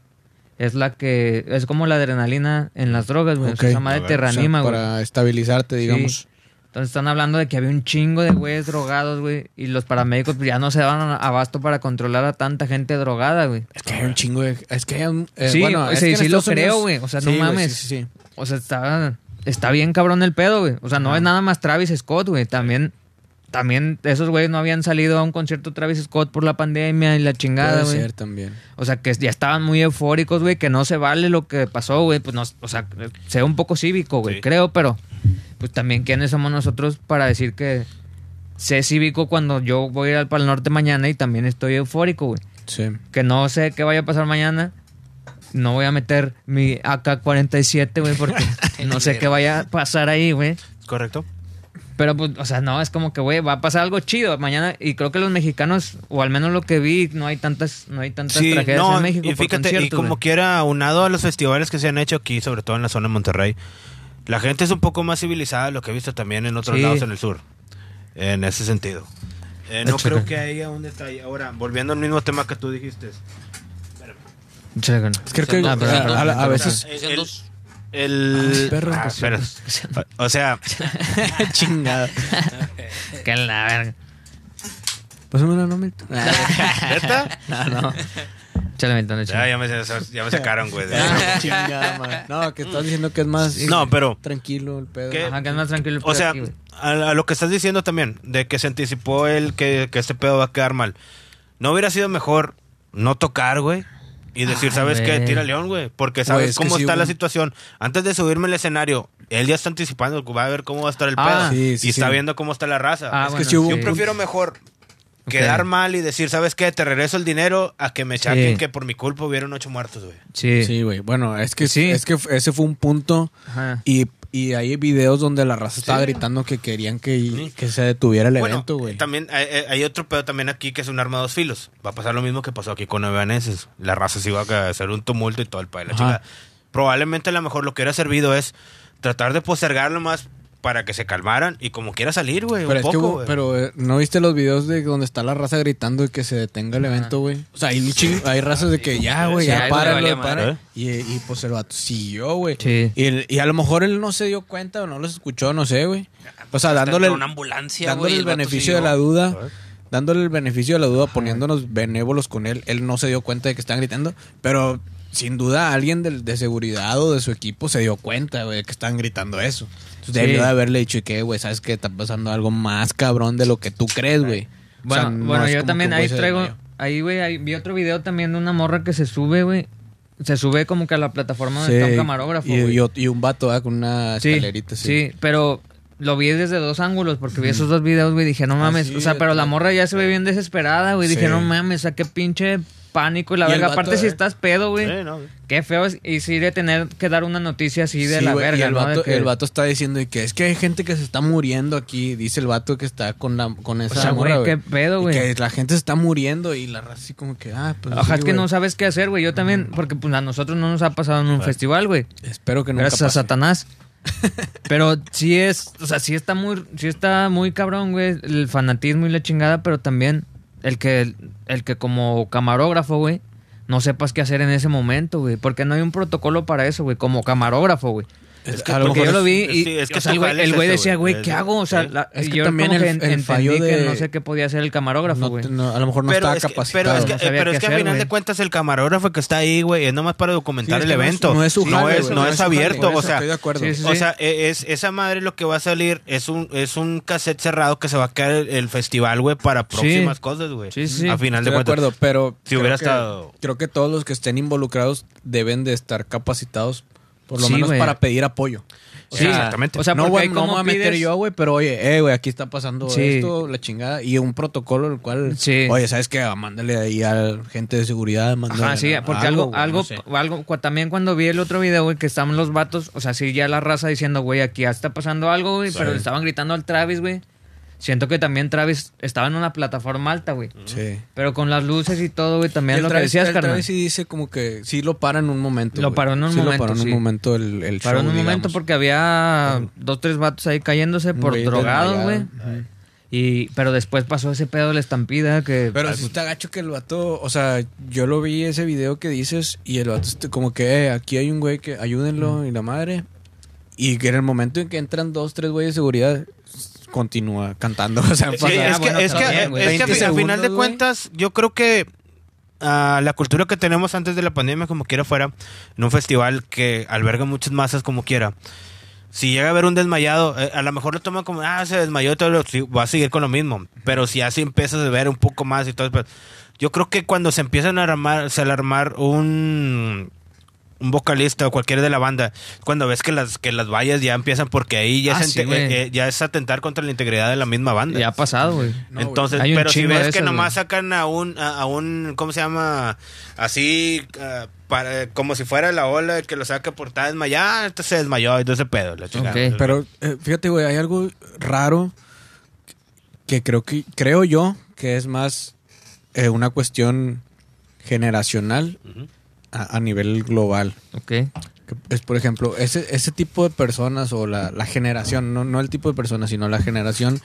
S3: es la que es como la adrenalina en las drogas, güey. O sea,
S1: Ok.
S3: Pues esa madre te
S2: O sea,
S1: O sea,
S3: reanima, güey.
S1: para estabilizarte, digamos.
S3: Sí. Entonces están hablando de que había un chingo de güeyes drogados, güey. Y los paramédicos pues, ya no se daban abasto para controlar a tanta gente drogada, güey.
S1: Es que hay un chingo de... Es que hay un... eh,
S3: Sí,
S1: bueno,
S3: o
S1: es
S3: sea,
S1: que en
S3: sí lo
S1: Estados Unidos-
S3: creo, güey. O sea, no
S1: Sí, güey,
S3: mames.
S1: sí, sí, sí.
S3: O sea, está, está bien cabrón el pedo, güey. O sea,
S1: Ah.
S3: no es nada más Travis Scott, güey. También, también esos güeyes no habían salido a un concierto Travis Scott por la pandemia y la chingada,
S1: Puede
S3: güey.
S1: ser también.
S3: O sea, que ya estaban muy eufóricos, güey, que no se vale lo que pasó, güey. Pues no, o sea, sea un poco cívico, güey,
S2: Sí.
S3: creo, pero pues también quiénes somos nosotros para decir que sé cívico cuando yo voy a ir al Pal Norte mañana y también estoy eufórico, güey.
S1: Sí.
S3: Que no sé qué vaya a pasar mañana. No voy a meter mi AK-47, güey, porque no sé qué vaya a pasar ahí, güey.
S2: ¿Es correcto?
S3: Pero, pues, o sea, no, es como que, güey, va a pasar algo chido mañana. Y creo que los mexicanos, o al menos lo que vi, no hay tantas, no hay tantas
S2: Sí,
S3: tragedias
S2: no,
S3: en México.
S2: y
S3: por
S2: fíjate, y
S3: conciertos,
S2: como
S3: güey.
S2: quiera, aunado a los festivales que se han hecho aquí, sobre todo en la zona de Monterrey, la gente es un poco más civilizada, lo que he visto también en otros
S3: Sí.
S2: lados en el sur, en ese sentido. Eh, no creo que haya un detalle. Ahora, volviendo al mismo tema que tú dijiste,
S3: Chécalo.
S1: Es que, creo que
S3: Ah,
S1: a,
S3: perdón,
S1: a-
S3: perdón,
S1: a
S3: perdón.
S1: veces...
S4: Dicen
S2: el-
S4: dos.
S2: el...
S1: Ay, perro,
S2: Ah,
S1: que
S2: espera. O o sea,
S1: Chingada.
S3: Que la verga.
S1: Pásame una nómita.
S2: ¿neta?
S1: No, no.
S3: Échale, mi tono,
S2: Ya,
S3: échale.
S2: ya me, ya me sacaron, güey. de-
S3: Ah,
S1: Ah, Chingada, man. No, que estás diciendo que es más...
S2: No, pero...
S1: Tranquilo el pedo.
S2: ¿Qué?
S3: Ajá, que es más tranquilo. el
S2: O
S3: pedo
S2: sea,
S3: aquí, güey.
S2: a, a lo que estás diciendo también, de que se anticipó el que, que este pedo va a quedar mal. ¿No hubiera sido mejor no tocar, güey? Y decir,
S3: Ay,
S2: ¿sabes qué?
S3: Ah, güey.
S2: Tira león, güey. Porque
S1: Güey,
S2: sabes
S1: es que
S2: cómo
S1: sí
S2: está la
S1: hubo-
S2: situación. Antes de subirme al escenario, él ya está anticipando, va a ver cómo va a estar el pedo.
S3: Ah.
S1: Sí, sí,
S2: y está
S1: sí.
S2: viendo cómo está la raza.
S3: Ah,
S1: es que
S3: bueno,
S1: sí hubo
S2: Yo
S1: un
S2: prefiero mejor
S3: Ok.
S2: quedar mal y decir, ¿sabes qué? Te regreso el dinero a que me chaquen
S3: Sí.
S2: que por mi culpa hubieron ocho muertos, güey.
S3: Sí.
S1: Sí, güey. Bueno, es que
S3: Sí.
S1: sí. Es que f- ese fue un punto...
S3: Ajá.
S1: Y, y hay videos donde la raza estaba gritando que querían que, que se detuviera el
S2: Bueno, eh,
S1: evento, güey.
S2: También hay, hay- hay otro pedo también aquí que es un arma de dos filos. Va a pasar lo mismo que pasó aquí con Evaneses. La raza se iba a hacer un tumulto y todo el país. La
S1: Ajá.
S2: chingada. Probablemente a lo mejor lo que hubiera servido es tratar de postergarlo más para que se calmaran y como quiera salir, güey.
S1: Pero
S2: Un
S1: es que
S2: poco,
S1: hubo-
S2: güey.
S1: pero eh, no viste los videos de donde está la raza gritando y que se detenga el evento, güey. O sea, hay, un chingo- hay razas de que ya, güey,
S4: Sí,
S1: ya
S4: ahí
S1: páralo,
S4: valía madre.
S1: para. Y, y pues el vato siguió, güey.
S3: Sí.
S1: Y, el- y a lo mejor él no se dio cuenta o no los escuchó, no sé, güey. O sea,
S4: Hasta
S1: dándole,
S4: entró pues una ambulancia,
S1: dándole
S4: güey,
S1: el
S4: vato
S1: beneficio
S4: siguió.
S1: de la duda. dándole el beneficio de la duda, poniéndonos benévolos con él. Él no se dio cuenta de que estaban gritando, pero sin duda alguien del- de, seguridad o de su equipo se dio cuenta, güey, de que estaban gritando eso. Entonces
S3: Sí.
S1: debió de haberle dicho, ¿y qué, güey? ¿Sabes que Está pasando algo más cabrón de lo que tú crees, güey. O sea,
S3: Bueno,
S1: no
S3: bueno
S1: es
S3: yo
S1: como
S3: también
S1: que un güey
S3: ahí
S1: se
S3: traigo.
S1: desmayó.
S3: Ahí, güey, ahí vi otro video también de una morra que se sube, güey. Se sube como que a la plataforma donde está
S1: Sí,
S3: un camarógrafo.
S1: y,
S3: güey.
S1: y ot- y un vato ah, con una
S3: sí,
S1: escalerita. así.
S3: sí, pero lo vi desde dos ángulos porque vi esos dos videos, güey. Dije, no mames.
S1: sí,
S3: o sea,
S1: de
S3: pero la
S1: todo.
S3: morra ya se ve bien desesperada, güey. Dije,
S1: Sí.
S3: no mames, o sea, qué pinche pánico y la
S1: Y el
S3: verga.
S1: vato,
S3: Aparte, si
S1: eh.
S3: estás pedo, güey.
S2: Sí, no, güey.
S3: Qué feo es. Y sí, de tener que dar una noticia así de
S1: Sí,
S3: la
S1: güey,
S3: verga,
S1: y el,
S3: ¿no? De
S1: vato,
S3: que-
S1: el vato está diciendo y que es que hay gente que se está muriendo aquí. Dice el vato que está con, la, con esa
S3: sea,
S1: morra,
S3: güey, qué
S1: güey.
S3: pedo,
S1: Y
S3: güey.
S1: Que la gente se está muriendo y la raza así como que, ah, pues.
S3: Ajá,
S1: sí,
S3: es que
S1: güey.
S3: no sabes qué hacer, güey. Yo también, porque pues a nosotros no nos ha pasado en un festival, güey.
S1: Espero que nunca
S3: Gracias a
S1: pase.
S3: Satanás. Pero sí es, o sea, sí está muy, sí está muy cabrón, güey, el fanatismo y la chingada, pero también el que, el que como camarógrafo, güey, no sepas qué hacer en ese momento, güey, porque no hay un protocolo para eso, güey, como camarógrafo, güey.
S1: Es que
S2: que
S1: a lo
S3: Porque
S1: mejor
S3: yo lo
S1: es-
S3: vi
S2: es-
S3: y
S2: sí, es que
S3: o sea, el
S2: tu
S3: güey
S2: jale
S3: el
S2: es
S3: güey
S2: eso,
S3: decía,
S2: güey,
S3: güey, ¿qué
S2: es-
S3: hago? O sea,
S2: sí.
S3: la-
S1: Es que
S3: yo
S1: también
S3: como que
S1: el-
S3: en-
S1: el fallo
S3: entendí que
S1: de-
S3: no sé qué podía hacer el camarógrafo,
S1: no
S3: güey.
S1: te- no, a lo mejor no
S2: pero,
S1: estaba
S2: es que,
S1: capacitado.
S2: pero es que,
S3: No sabía
S2: pero es
S3: qué
S2: que
S3: hacer,
S2: al final
S3: güey.
S2: de cuentas el camarógrafo que está ahí, güey, es nomás para documentar
S1: Sí, es
S2: el
S1: que no es-
S2: evento.
S1: no es su
S2: No
S1: jale,
S2: es,
S1: güey,
S2: no
S1: no
S2: es
S1: es su
S2: abierto,
S1: jale,
S2: o sea,
S1: estoy de acuerdo.
S3: Sí, sí,
S2: o
S3: sí.
S2: sea, e- es, esa madre lo que va a salir es un es un cassette cerrado que se va a quedar el, el festival, güey, para próximas cosas, güey.
S3: Sí, sí.
S2: A final
S1: Estoy
S2: de
S1: de
S2: cuentas.
S1: acuerdo, pero.
S2: Si hubiera
S1: que-
S2: estado-
S1: Creo que todos los que estén involucrados deben de estar capacitados, por lo
S3: Sí,
S1: menos
S3: güey.
S1: para pedir apoyo. O
S2: Sí,
S1: sea,
S2: exactamente.
S3: O sea,
S1: no,
S3: porque
S1: voy,
S3: ahí
S1: no
S3: como
S1: me voy a meter
S3: pides-
S1: yo, güey, pero oye, eh, güey, aquí está pasando
S3: Sí.
S1: esto, la chingada. Y un protocolo el cual,
S3: Sí.
S1: oye, ¿sabes qué? Ah, Mándale ahí a gente de seguridad, mándale
S3: Ajá, sí,
S1: a-
S3: porque algo,
S1: güey,
S3: algo,
S1: no sé.
S3: algo, cua- también cuando vi el otro video, güey, que estaban los vatos, o sea, sí, ya la raza diciendo, güey, aquí ya está pasando algo, güey, pero le estaban gritando al Travis, güey. Siento que también Travis estaba en una plataforma alta, güey.
S1: Sí.
S3: Pero con las luces y todo, güey,
S1: Y
S3: también
S1: Mm. el
S3: lo
S1: Travis-
S3: que decías,
S1: el
S3: carnal.
S1: Travis sí dice como que sí lo para en un momento.
S3: Lo
S1: güey.
S3: paró en un
S1: Sí
S3: momento,
S1: Lo paró en un
S3: sí.
S1: momento el, el
S3: Para
S1: show,
S3: un momento
S1: digamos.
S3: porque había dos, tres vatos ahí cayéndose por
S1: Güey,
S3: drogados, güey.
S1: desmayado. Ajá.
S3: Y, pero después pasó ese pedo de la estampida que...
S1: Pero sí está gacho que el vato, o sea, yo lo vi ese video que dices y el vato este, como que eh, aquí hay un güey que ayúdenlo y la madre. Y que en el momento en que entran dos, tres güeyes de seguridad, s- continúa cantando. O sea,
S2: Sí,
S1: pasa-
S2: es,
S3: ah, bueno,
S2: que, es, que,
S3: también,
S2: eh,
S3: güey.
S2: es que a
S1: 20
S2: fi- a final
S1: segundos,
S2: de
S1: güey.
S2: cuentas, yo creo que ah, la cultura que tenemos antes de la pandemia, como quiera fuera, en un festival que alberga muchas masas, como quiera. Si llega a haber un desmayado, eh, a lo mejor lo toman como, ah, se desmayó, todo lo- sí, va a seguir con lo mismo. Pero si así empiezas a ver un poco más y todo, pues, yo creo que cuando se empiezan a armar, se alarmar un, un vocalista o cualquiera de la banda, cuando ves que las, que las vallas ya empiezan, porque ahí ya,
S3: Ah,
S2: es
S3: sí,
S2: ante-
S3: güey.
S2: eh, eh, ya es atentar contra la integridad de la misma banda.
S3: Ya ha pasado, güey.
S1: No, güey.
S2: Entonces,
S3: Hay un
S2: pero si
S3: chingo
S2: ves
S3: de
S2: que
S3: esas,
S2: nomás
S3: güey.
S2: sacan a un, a, a un, ¿cómo se llama? Así, ah, para- como si fuera la ola que lo saca por estar desmayado, entonces se desmayó y todo ese pedo, la chingada.
S3: Ok.
S1: Pero eh, fíjate, güey, hay algo raro que creo que creo yo que es más eh, una cuestión generacional a- a nivel global.
S3: Ok.
S1: Que Es, por ejemplo, ese, ese tipo de personas o la, la generación, no, no el tipo de personas, sino la generación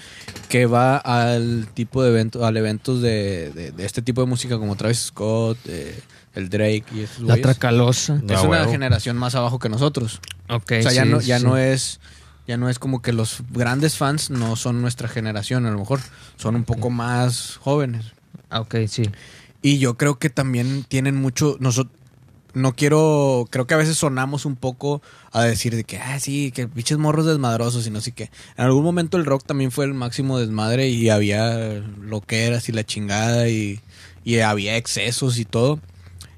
S1: que va al tipo de eventos, al eventos de, de- de este tipo de música como Travis Scott, eh, el Drake y esos
S3: La
S1: güeyes.
S3: tracalosa.
S1: Es una
S2: Ah, huevo.
S1: generación más abajo que nosotros.
S3: Ok,
S1: o sea, ya,
S3: sí,
S1: no, ya
S3: sí.
S1: no es ya no es como que los grandes fans no son nuestra generación, a lo mejor son un poco más jóvenes.
S3: Ah, ok, sí.
S1: Y yo creo que también tienen mucho. Nosotros. No quiero. Creo que a veces sonamos un poco a decir de que, ah, sí, que pinches morros desmadrosos y no sé qué. En algún momento el rock también fue el máximo desmadre y había loqueras y la chingada y, y había excesos y todo.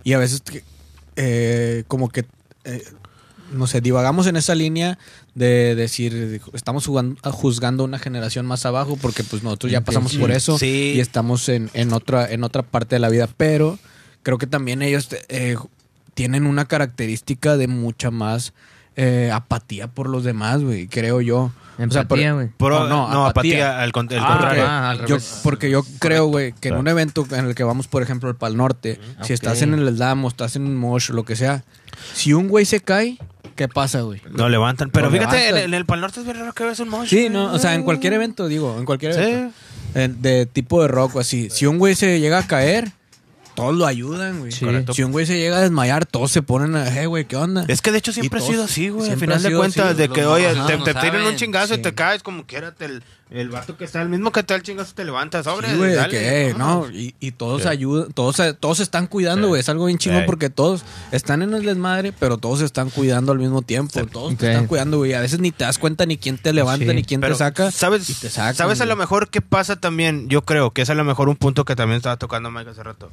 S1: Y a veces, eh, como que. eh, no sé, divagamos en esa línea de decir, de- estamos jugando- juzgando una generación más abajo porque pues nosotros ya
S3: Entiendo.
S1: pasamos por
S2: Sí.
S1: eso
S2: Sí.
S1: y estamos en, en otra, en otra parte de la vida, pero creo que también ellos eh, tienen una característica de mucha más eh, apatía por los demás, güey, creo yo. O sea, por-
S3: Empatía, güey.
S2: Pero,
S1: No, no,
S2: no, apatía,
S1: apatía.
S2: al con- el
S3: Ah,
S2: contrario.
S3: ah, al
S1: yo,
S3: revés.
S1: porque yo creo, güey, que en un evento en el que vamos, por ejemplo, al Pal Norte, si estás
S3: Ok.
S1: en el Damo, estás en un Mosh, lo que sea, si un güey se cae, ¿qué pasa, güey?
S2: No levantan. Pero
S1: No
S2: fíjate,
S1: levantan.
S2: En, en el Pal Norte es bien raro que ves un mosh.
S1: Sí, no, o sea, en cualquier evento, digo, en cualquier
S2: Sí.
S1: evento. En- de tipo de rock o así. Si un güey se llega a caer, todos lo ayudan, güey.
S3: Sí.
S1: Correcto. Si un güey se llega a desmayar, todos se ponen a, eh, güey, ¿qué onda?
S2: Es que de hecho siempre
S1: Y
S2: ha
S1: todos-
S2: sido así, güey. Al
S1: siempre ha
S2: final de
S1: sido
S2: cuentas,
S1: así,
S2: de
S4: los
S2: que,
S4: morros
S2: oye,
S4: no
S2: te, te
S4: saben.
S2: tiran un chingazo y
S1: Sí.
S2: te caes como quiera, te, El vato que está, el mismo que está, el chingazo te levanta, sobre.
S1: Sí, güey, de
S2: dale,
S1: que, eh,
S2: vámonos.
S1: no, y, y todos
S5: Sí.
S1: ayudan, todos, todos se están cuidando,
S5: Sí.
S1: güey. Es algo bien chingón
S5: Sí.
S1: porque todos están en el desmadre, pero todos se están cuidando al mismo tiempo. Todos
S3: Ok.
S1: te están cuidando, güey. A veces ni te das cuenta ni quién te levanta,
S3: Sí.
S1: ni quién
S2: Pero,
S1: te saca.
S2: ¿Sabes,
S1: y te sacan,
S2: ¿sabes a
S1: güey.
S2: lo mejor qué pasa también? Yo creo que es a lo mejor un punto que también estaba tocando Mike hace rato.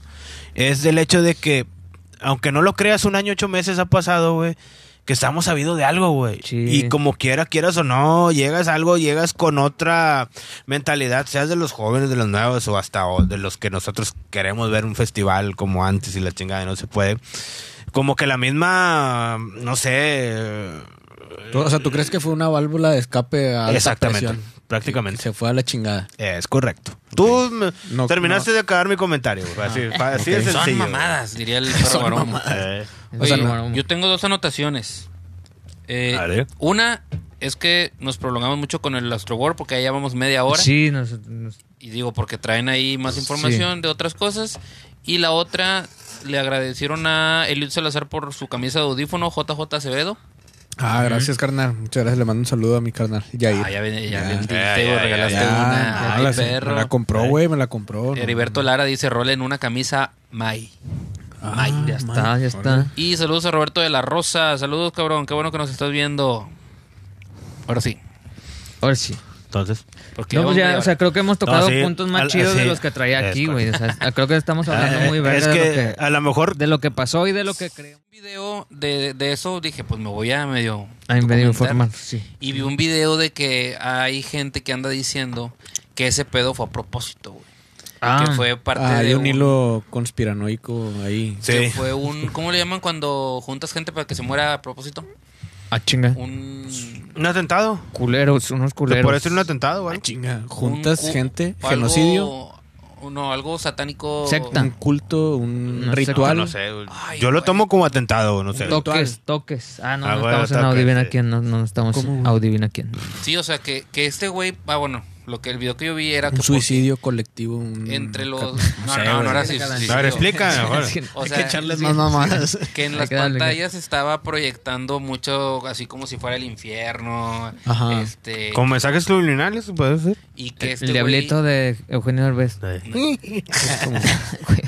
S2: Es del hecho de que, aunque no lo creas, un año, ocho meses ha pasado, güey. Que estamos sabido de algo, güey.
S3: Sí.
S2: Y como quiera, quieras o no, llegas a algo, llegas con otra mentalidad, seas de los jóvenes, de los nuevos o hasta o- de los que nosotros queremos ver un festival como antes y la chingada y no se puede. Como que la misma, no sé.
S1: Tú- O sea, ¿tú crees que fue una válvula de escape a alta
S2: Exactamente,
S1: presión?
S2: prácticamente.
S1: Que Se fue a la chingada.
S2: Es correcto. Tú me-
S1: No, Ah.
S2: terminaste de acabar mi comentario. güey. Así, pa- así de
S4: Son
S2: sencillo.
S4: mamadas, diría el perro varón.
S2: Eh,
S3: Es
S1: O sea,
S3: bien
S1: no-
S3: morón.
S4: Yo tengo dos anotaciones. Eh,
S5: Dale.
S4: una es que nos prolongamos mucho con el Astro War porque ahí ya vamos media hora.
S3: Sí, nos- nos-
S4: Y digo, porque traen ahí más información de otras cosas. Y la otra, le agradecieron a Eliud Salazar por su camisa de audífono, JJ Acevedo.
S1: Ah, gracias, carnal. Muchas gracias. Le mando un saludo a mi carnal, Yair.
S4: Ah, ya, ven- ya,
S1: Ya.
S4: ven- te
S5: Ya,
S4: digo,
S5: ya,
S4: regalaste
S1: Ya,
S4: una.
S1: ya
S4: Ay,
S1: la-
S4: perro.
S1: Me la compró, güey. Me la compró. no,
S4: Heriberto Lara dice, rolen una camisa May. May,
S1: Ah,
S4: ya está.
S1: May.
S3: está, ya está.
S4: Y saludos a Roberto de la Rosa. Saludos, cabrón. Qué bueno que nos estás viendo. Ahora sí.
S3: Ahora sí.
S2: Entonces,
S4: Porque
S3: No, pues
S4: vamos
S3: ya,
S4: a-
S3: o sea, creo que hemos tocado
S2: No, sí,
S3: puntos más
S2: al-
S3: chidos de
S2: sí,
S3: los que traía
S2: es
S3: aquí, güey. O sea, creo que estamos hablando muy
S2: eh,
S3: verga
S2: es
S3: de,
S2: que,
S3: lo que,
S2: a lo mejor
S3: de lo que pasó y de lo que creo.
S4: un video de, de eso, dije, pues me voy a medio...
S3: Ay, me
S4: documentar.
S3: dio informar, sí.
S4: Y vi un video de que hay gente que anda diciendo que ese pedo fue a propósito, güey.
S3: Ah,
S4: Que fue parte
S1: Ah, hay
S4: de
S1: un, hilo conspiranoico ahí.
S4: que
S2: sí.
S4: fue un... ¿Cómo le llaman cuando juntas gente para que se muera a propósito?
S3: ah, chinga.
S4: Un...
S2: un atentado.
S3: Culeros, unos
S2: ¿Te
S3: culeros.
S2: puede ser un atentado, güey?
S1: Chinga. Juntas
S4: un cu-
S1: gente,
S4: algo-
S1: genocidio,
S4: No, algo satánico...
S3: Secta.
S1: un culto, un
S3: No sé,
S1: ritual.
S2: No sé. güey.
S4: Ay,
S2: Yo lo
S4: güey.
S2: tomo como atentado, no sé.
S1: Toc-
S3: Toques, toques. Ah, no,
S2: Ah,
S3: no
S2: bueno,
S3: estamos en
S2: toques,
S3: Audivina
S2: sí.
S3: quién, no, no estamos
S1: ¿Cómo,
S3: en
S1: güey?
S3: Audivina quién.
S4: Sí, o sea, que, que este güey... Ah, bueno, lo que el video que yo vi era que...
S1: Un
S4: porque
S1: suicidio colectivo. un-
S4: Entre los...
S1: No
S4: No,
S1: sé,
S4: no,
S1: güey.
S4: no era
S3: A ver,
S4: suicidio.
S2: A ver, explica. mejor.
S4: O
S1: Hay
S4: sea,
S1: que echarles
S4: sí,
S1: más mamadas.
S4: que en
S3: Hay
S4: las
S3: que darle,
S4: pantallas estaba proyectando mucho así como si fuera el infierno
S1: Ajá.
S4: este
S2: Con mensajes subliminales, puede ser.
S4: y que
S3: El,
S4: este
S3: el diablito de Eugenio Derbez. Güey,
S4: güey-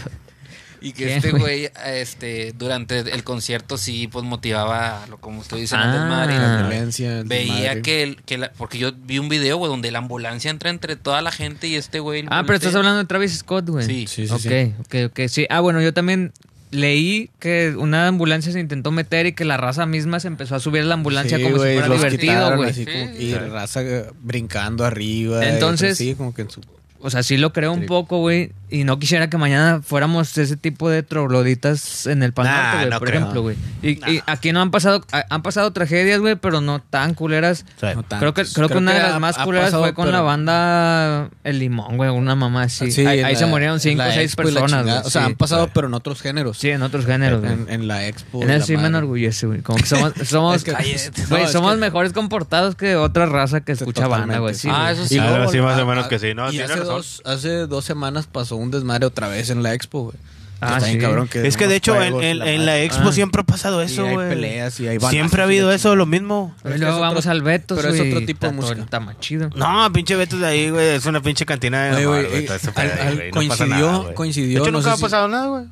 S4: y que
S3: ¿Quién,
S4: este
S3: güey?
S4: güey este durante el concierto sí pues motivaba lo como usted dice
S3: Ah.
S4: al desmadre y
S1: La
S4: la-
S1: violencia. el
S4: veía
S1: desmadre.
S4: que, el- que la- porque yo vi un video güey donde la ambulancia entra entre toda la gente y este güey
S3: Ah, pero estás hablando de Travis Scott, güey.
S4: Sí.
S1: Sí, sí,
S3: ok,
S1: sí.
S3: ok, ok. Sí. Ah, bueno, yo también leí que una ambulancia se intentó meter y que la raza misma se empezó a subir a la ambulancia
S1: Sí,
S3: como
S1: güey,
S3: si fuera
S1: los
S3: divertido,
S1: quitaron
S3: güey.
S1: así como-
S4: Sí.
S1: y raza eh, brincando arriba. y
S3: Entonces-
S1: otros sí, como que en su-
S3: O sea, sí lo creo un
S1: Sí.
S3: poco, güey. Y no quisiera que mañana fuéramos ese tipo de trogloditas en el pan
S2: Nah,
S3: norte, güey,
S2: no
S3: por
S2: creo.
S3: ejemplo, güey. Y, y aquí no han pasado, a- han pasado tragedias, güey, pero no tan culeras.
S2: Sí.
S1: no tantos.
S3: Creo que, creo que una de
S1: ha-
S3: las más
S1: ha
S3: culeras
S1: pasado,
S3: fue con la
S1: pero-
S3: banda El Limón, güey, una mamá así.
S1: Sí,
S3: ahí
S1: en
S3: ahí
S1: la-
S3: se murieron
S1: en
S3: cinco
S1: la
S3: o seis
S1: expo y la
S3: personas,
S1: chingada.
S3: güey.
S1: O sea,
S3: sí.
S1: han pasado, pero en otros géneros.
S3: Sí, en otros géneros, güey.
S1: En, en la expo.
S3: En
S1: la
S3: eso sí me
S1: madre.
S3: enorgullece, güey. Como que somos, somos,
S1: Es que-
S3: Ay,
S1: no,
S3: güey,
S1: es
S3: somos
S1: que-
S3: mejores comportados que otra raza que escucha banda,
S1: Totalmente,
S3: güey. Sí,
S1: Este sí.
S4: Ah,
S3: güey.
S4: eso
S1: Y
S4: sí.
S2: Ahora
S1: luego,
S2: sí, más
S1: ah,
S2: o menos
S1: ah,
S2: que sí, ¿no?
S1: Y
S2: Tiene
S1: hace
S2: razón.
S1: dos, hace dos semanas pasó un desmadre otra vez en la expo, güey.
S3: Ah,
S1: Está bien
S3: sí.
S1: cabrón que
S2: Es que
S1: unos
S2: de hecho en,
S1: juegos,
S2: en- en
S1: madre.
S2: la expo
S3: Ah.
S2: siempre ha pasado
S1: Y
S2: eso,
S1: hay
S2: güey.
S1: peleas y hay balazos
S2: Siempre ha
S1: y
S2: habido
S1: la
S2: eso, lo mismo.
S1: Pero
S3: Y
S1: es que
S3: luego
S1: es
S3: vamos
S1: otro-
S3: al Betos,
S1: pero es
S3: güey,
S1: otro
S3: y
S1: tipo de
S3: está todo-
S1: música.
S3: Está más chido.
S2: No, pinche Betos de ahí, güey. Es una pinche cantina de.
S1: Oye,
S2: mamar,
S1: güey,
S2: güey,
S1: eh,
S2: todo ese
S1: al-
S2: pedo,
S1: al-
S2: güey, no pasa
S1: coincidió,
S2: nada, güey.
S1: coincidió.
S2: De hecho,
S1: no
S2: nunca
S1: sé
S2: ha
S1: si-
S2: pasado nada, güey.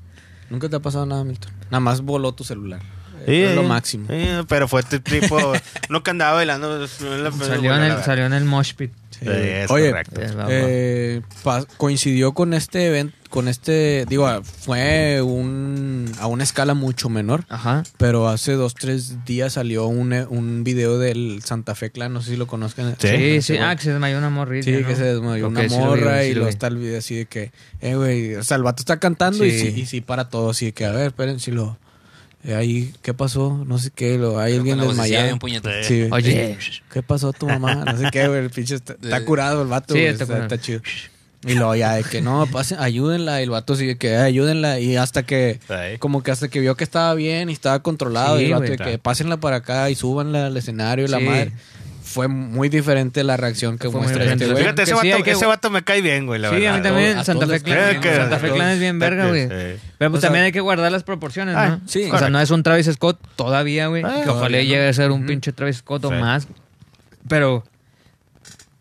S1: Nunca te ha pasado nada, Milton. Nada más voló tu celular.
S2: Sí,
S1: es lo
S2: sí,
S1: máximo.
S2: sí, pero fue este tipo. no que andaba bailando.
S3: Salió en el, salió en el mosh pit.
S1: Sí,
S2: es
S1: Oye,
S2: correcto.
S3: Eh, la-
S1: eh, pa- coincidió con este evento, con este, digo, ah, fue un a una escala mucho menor,
S3: Ajá.
S1: pero hace dos, tres días salió un, eh, un video del Santa Fe Clan, no sé si lo conozcan.
S2: Sí.
S3: Sí,
S1: Ese
S3: sí.
S1: güey.
S3: Ah, que se desmayó una morrilla,
S1: Sí,
S3: ¿no?
S1: que se desmayó
S3: Ok,
S1: una
S3: sí lo vi,
S1: morra
S3: sí
S1: y
S3: lo
S1: luego
S3: vi.
S1: está el video así de que, eh, güey, o sea, el vato está cantando y,
S3: Sí.
S1: sí, y sí para todo, así de que, a ver, esperen, si lo... eh, ahí, ¿qué pasó? No sé qué, lo, hay alguien
S4: Con la vocecilla de
S1: desmayado.
S4: pues, un puñetazo.
S1: Sí, güey.
S3: Oye.
S1: ¿Qué pasó tu mamá? No sé qué, güey. El pinche está, está curado el vato.
S3: Sí,
S1: güey,
S3: está
S1: está,
S3: curado.
S1: está chido. Y luego ya de que no, pasen, ayúdenla. Y el vato sigue que "Eh, ayúdenla. Y hasta que,
S2: Sí.
S1: como que hasta que vio que estaba bien y estaba controlado.
S3: Sí,
S1: y el vato
S3: güey.
S1: de que pásenla para acá y súbanla al escenario y la
S3: Sí.
S1: madre. Fue muy diferente la reacción que
S3: Fue muy
S1: muestra
S3: diferente.
S1: este güey.
S2: Fíjate,
S3: que
S2: ese,
S3: sí,
S2: vato,
S3: hay que-
S2: ese vato me cae bien, güey, la
S3: Sí,
S2: verdad.
S3: a mí
S1: a
S3: también.
S1: todos
S3: Santa
S1: les
S3: Fe Clan.
S2: creo que-
S3: Santa Fe Clan es bien verga, güey.
S2: Sí.
S3: Pero pues
S1: O sea-
S3: también hay que guardar las proporciones, ¿no?
S2: Ah,
S1: sí.
S3: O sea, no es un Travis Scott todavía, güey.
S2: Ah,
S3: que ojalá
S1: todavía no.
S3: llegue a ser un pinche Travis Scott o
S2: Sí.
S3: más. Pero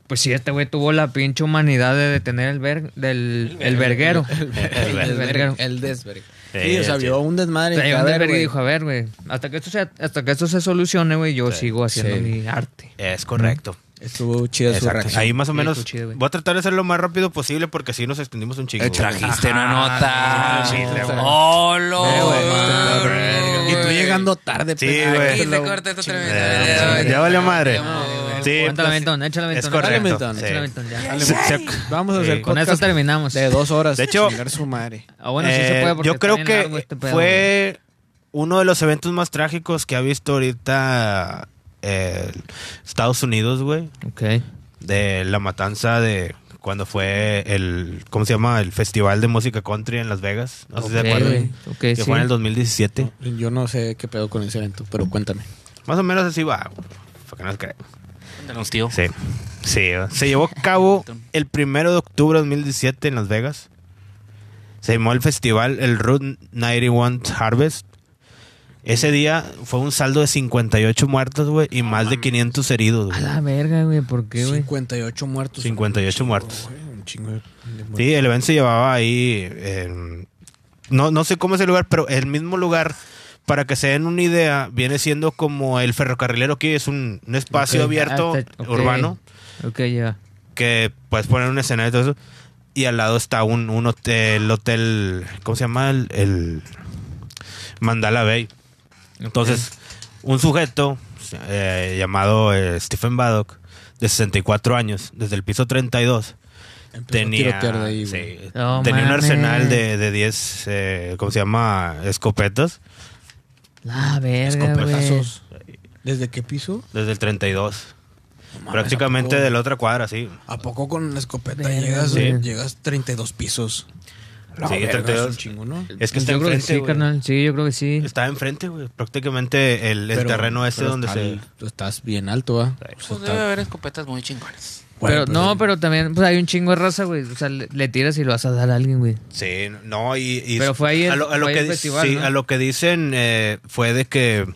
S3: Pues sí, este güey tuvo la pinche humanidad de detener el, ver, del, el verguero.
S2: El
S1: El,
S3: verguero.
S1: desvergue. el desvergue.
S2: Sí,
S1: Sí, o sea,
S2: sí.
S1: vio un desmadre.
S3: O sea,
S1: y
S3: llegó
S1: a
S3: un
S1: ver,
S3: desvergue y
S1: güey,
S3: dijo, a ver, güey, hasta que esto se, hasta que esto se solucione, güey, yo
S2: Sí.
S3: sigo haciendo
S1: Sí.
S3: mi arte.
S2: Es correcto.
S1: Estuvo chida su
S2: Exacto.
S1: reacción.
S2: Ahí más o
S3: Sí,
S2: menos.
S3: estuvo chido, güey.
S2: voy a tratar de hacerlo lo más rápido posible porque si nos extendimos un chingo.
S4: Eh,
S2: güey.
S4: Trajiste una nota.
S2: sí, sí, güey.
S4: ¡Oh, lo
S1: Eh, güey,
S4: madre,
S1: Y tú
S4: güey.
S1: llegando tarde.
S2: Sí,
S1: pendejo.
S2: güey.
S4: Aquí se
S1: Lo-
S4: corta esta
S1: chingada.
S2: Eh,
S4: tremenda.
S2: ya valió madre.
S4: valió.
S2: Sí,
S3: Aguántala,
S2: pues,
S3: Ventón, échale,
S2: Es
S3: Ventón.
S1: Dale,
S2: correcto.
S1: Milton.
S2: sí.
S3: Échale, Ventón, ya.
S1: Dale,
S2: Sí.
S1: Vamos Vamos a
S2: Sí.
S1: hacer
S3: Con
S1: podcast
S3: eso terminamos.
S1: de dos horas.
S2: De hecho-
S1: Chingar su madre.
S3: Ah, bueno, sí
S2: Eh,
S3: se puede porque
S2: yo
S3: está
S2: creo
S3: bien
S2: que
S3: largo este pedo, güey.
S2: fue uno de los eventos más trágicos que ha visto ahorita eh, Estados Unidos, güey.
S3: Ok.
S2: De la matanza de cuando fue el, ¿cómo se llama? El Festival de Música Country en Las Vegas. No sé si
S3: Ok,
S2: se acuerdan.
S3: güey. Ok,
S2: que
S3: sí.
S2: fue en el 2017.
S1: Yo no sé qué pedo con ese evento, pero cuéntame.
S2: Más o menos así va. güey, Para que no se crea.
S4: Cuéntanos, tío.
S2: Sí. Sí, va. se llevó a cabo el primero de octubre de 2017 en Las Vegas. Se llamó el festival el Route 91 Harvest. Ese día fue un saldo de 58 muertos, güey, y más de 500 heridos,
S3: A
S2: güey.
S3: la verga, güey, ¿por qué, güey?
S1: 58 muertos.
S2: 58
S1: Un
S2: muertos.
S1: güey, Un chingo de, de muertos.
S2: Sí, el evento se llevaba ahí. en- no, no sé cómo es el lugar, pero el mismo lugar, para que se den una idea, viene siendo como el ferrocarrilero, que es un, un espacio
S3: Ok.
S2: abierto,
S3: Ah, está- ok.
S2: urbano.
S3: Ok, ya.
S2: que puedes poner un escenario y todo eso. Y al lado está un, un hotel, el hotel, ¿cómo se llama? El, el Mandala Bay. Entonces, un sujeto eh, llamado eh, Stephen Baddock, de 64 años, desde el piso 32,
S1: Empezó a
S2: tenía,
S1: tirotear de ahí,
S2: sí,
S1: güey.
S3: No
S2: tenía un
S3: mames.
S2: arsenal de, de 10, eh, ¿cómo se llama? Escopetas,
S3: La verga, güey.
S1: Escopetazos. ¿Desde qué piso?
S2: desde el 32.
S1: No mames,
S2: Prácticamente
S1: ¿a poco-
S2: de la otra cuadra, sí.
S1: ¿A poco con la escopeta
S3: Verga,
S1: llegas,
S3: güey.
S1: llegas 32 pisos? La
S2: Sí,
S1: verga,
S2: 32.
S1: es un chingo, ¿no?
S2: Es que está
S3: Pues yo creo que
S2: enfrente,
S3: sí,
S2: güey.
S3: carnal. Sí, yo creo que sí.
S2: Está enfrente, güey. Prácticamente el, el
S1: Pero-
S2: terreno este
S1: pero
S2: donde
S1: está
S2: se...
S1: al- Tú estás bien alto, ¿ah?
S4: Pues Debe haber escopetas muy chingones.
S1: Bueno,
S3: pero no, pero también pues, hay un chingo de raza, güey. O sea, le, le tiras y lo vas a dar a alguien, güey.
S2: Sí, no, y... y-
S3: Pero fue ahí el-
S2: a lo, a lo
S3: fue ahí
S2: que
S3: el
S2: di-
S3: festival,
S2: sí,
S3: ¿no?
S2: a lo que dicen eh, fue de que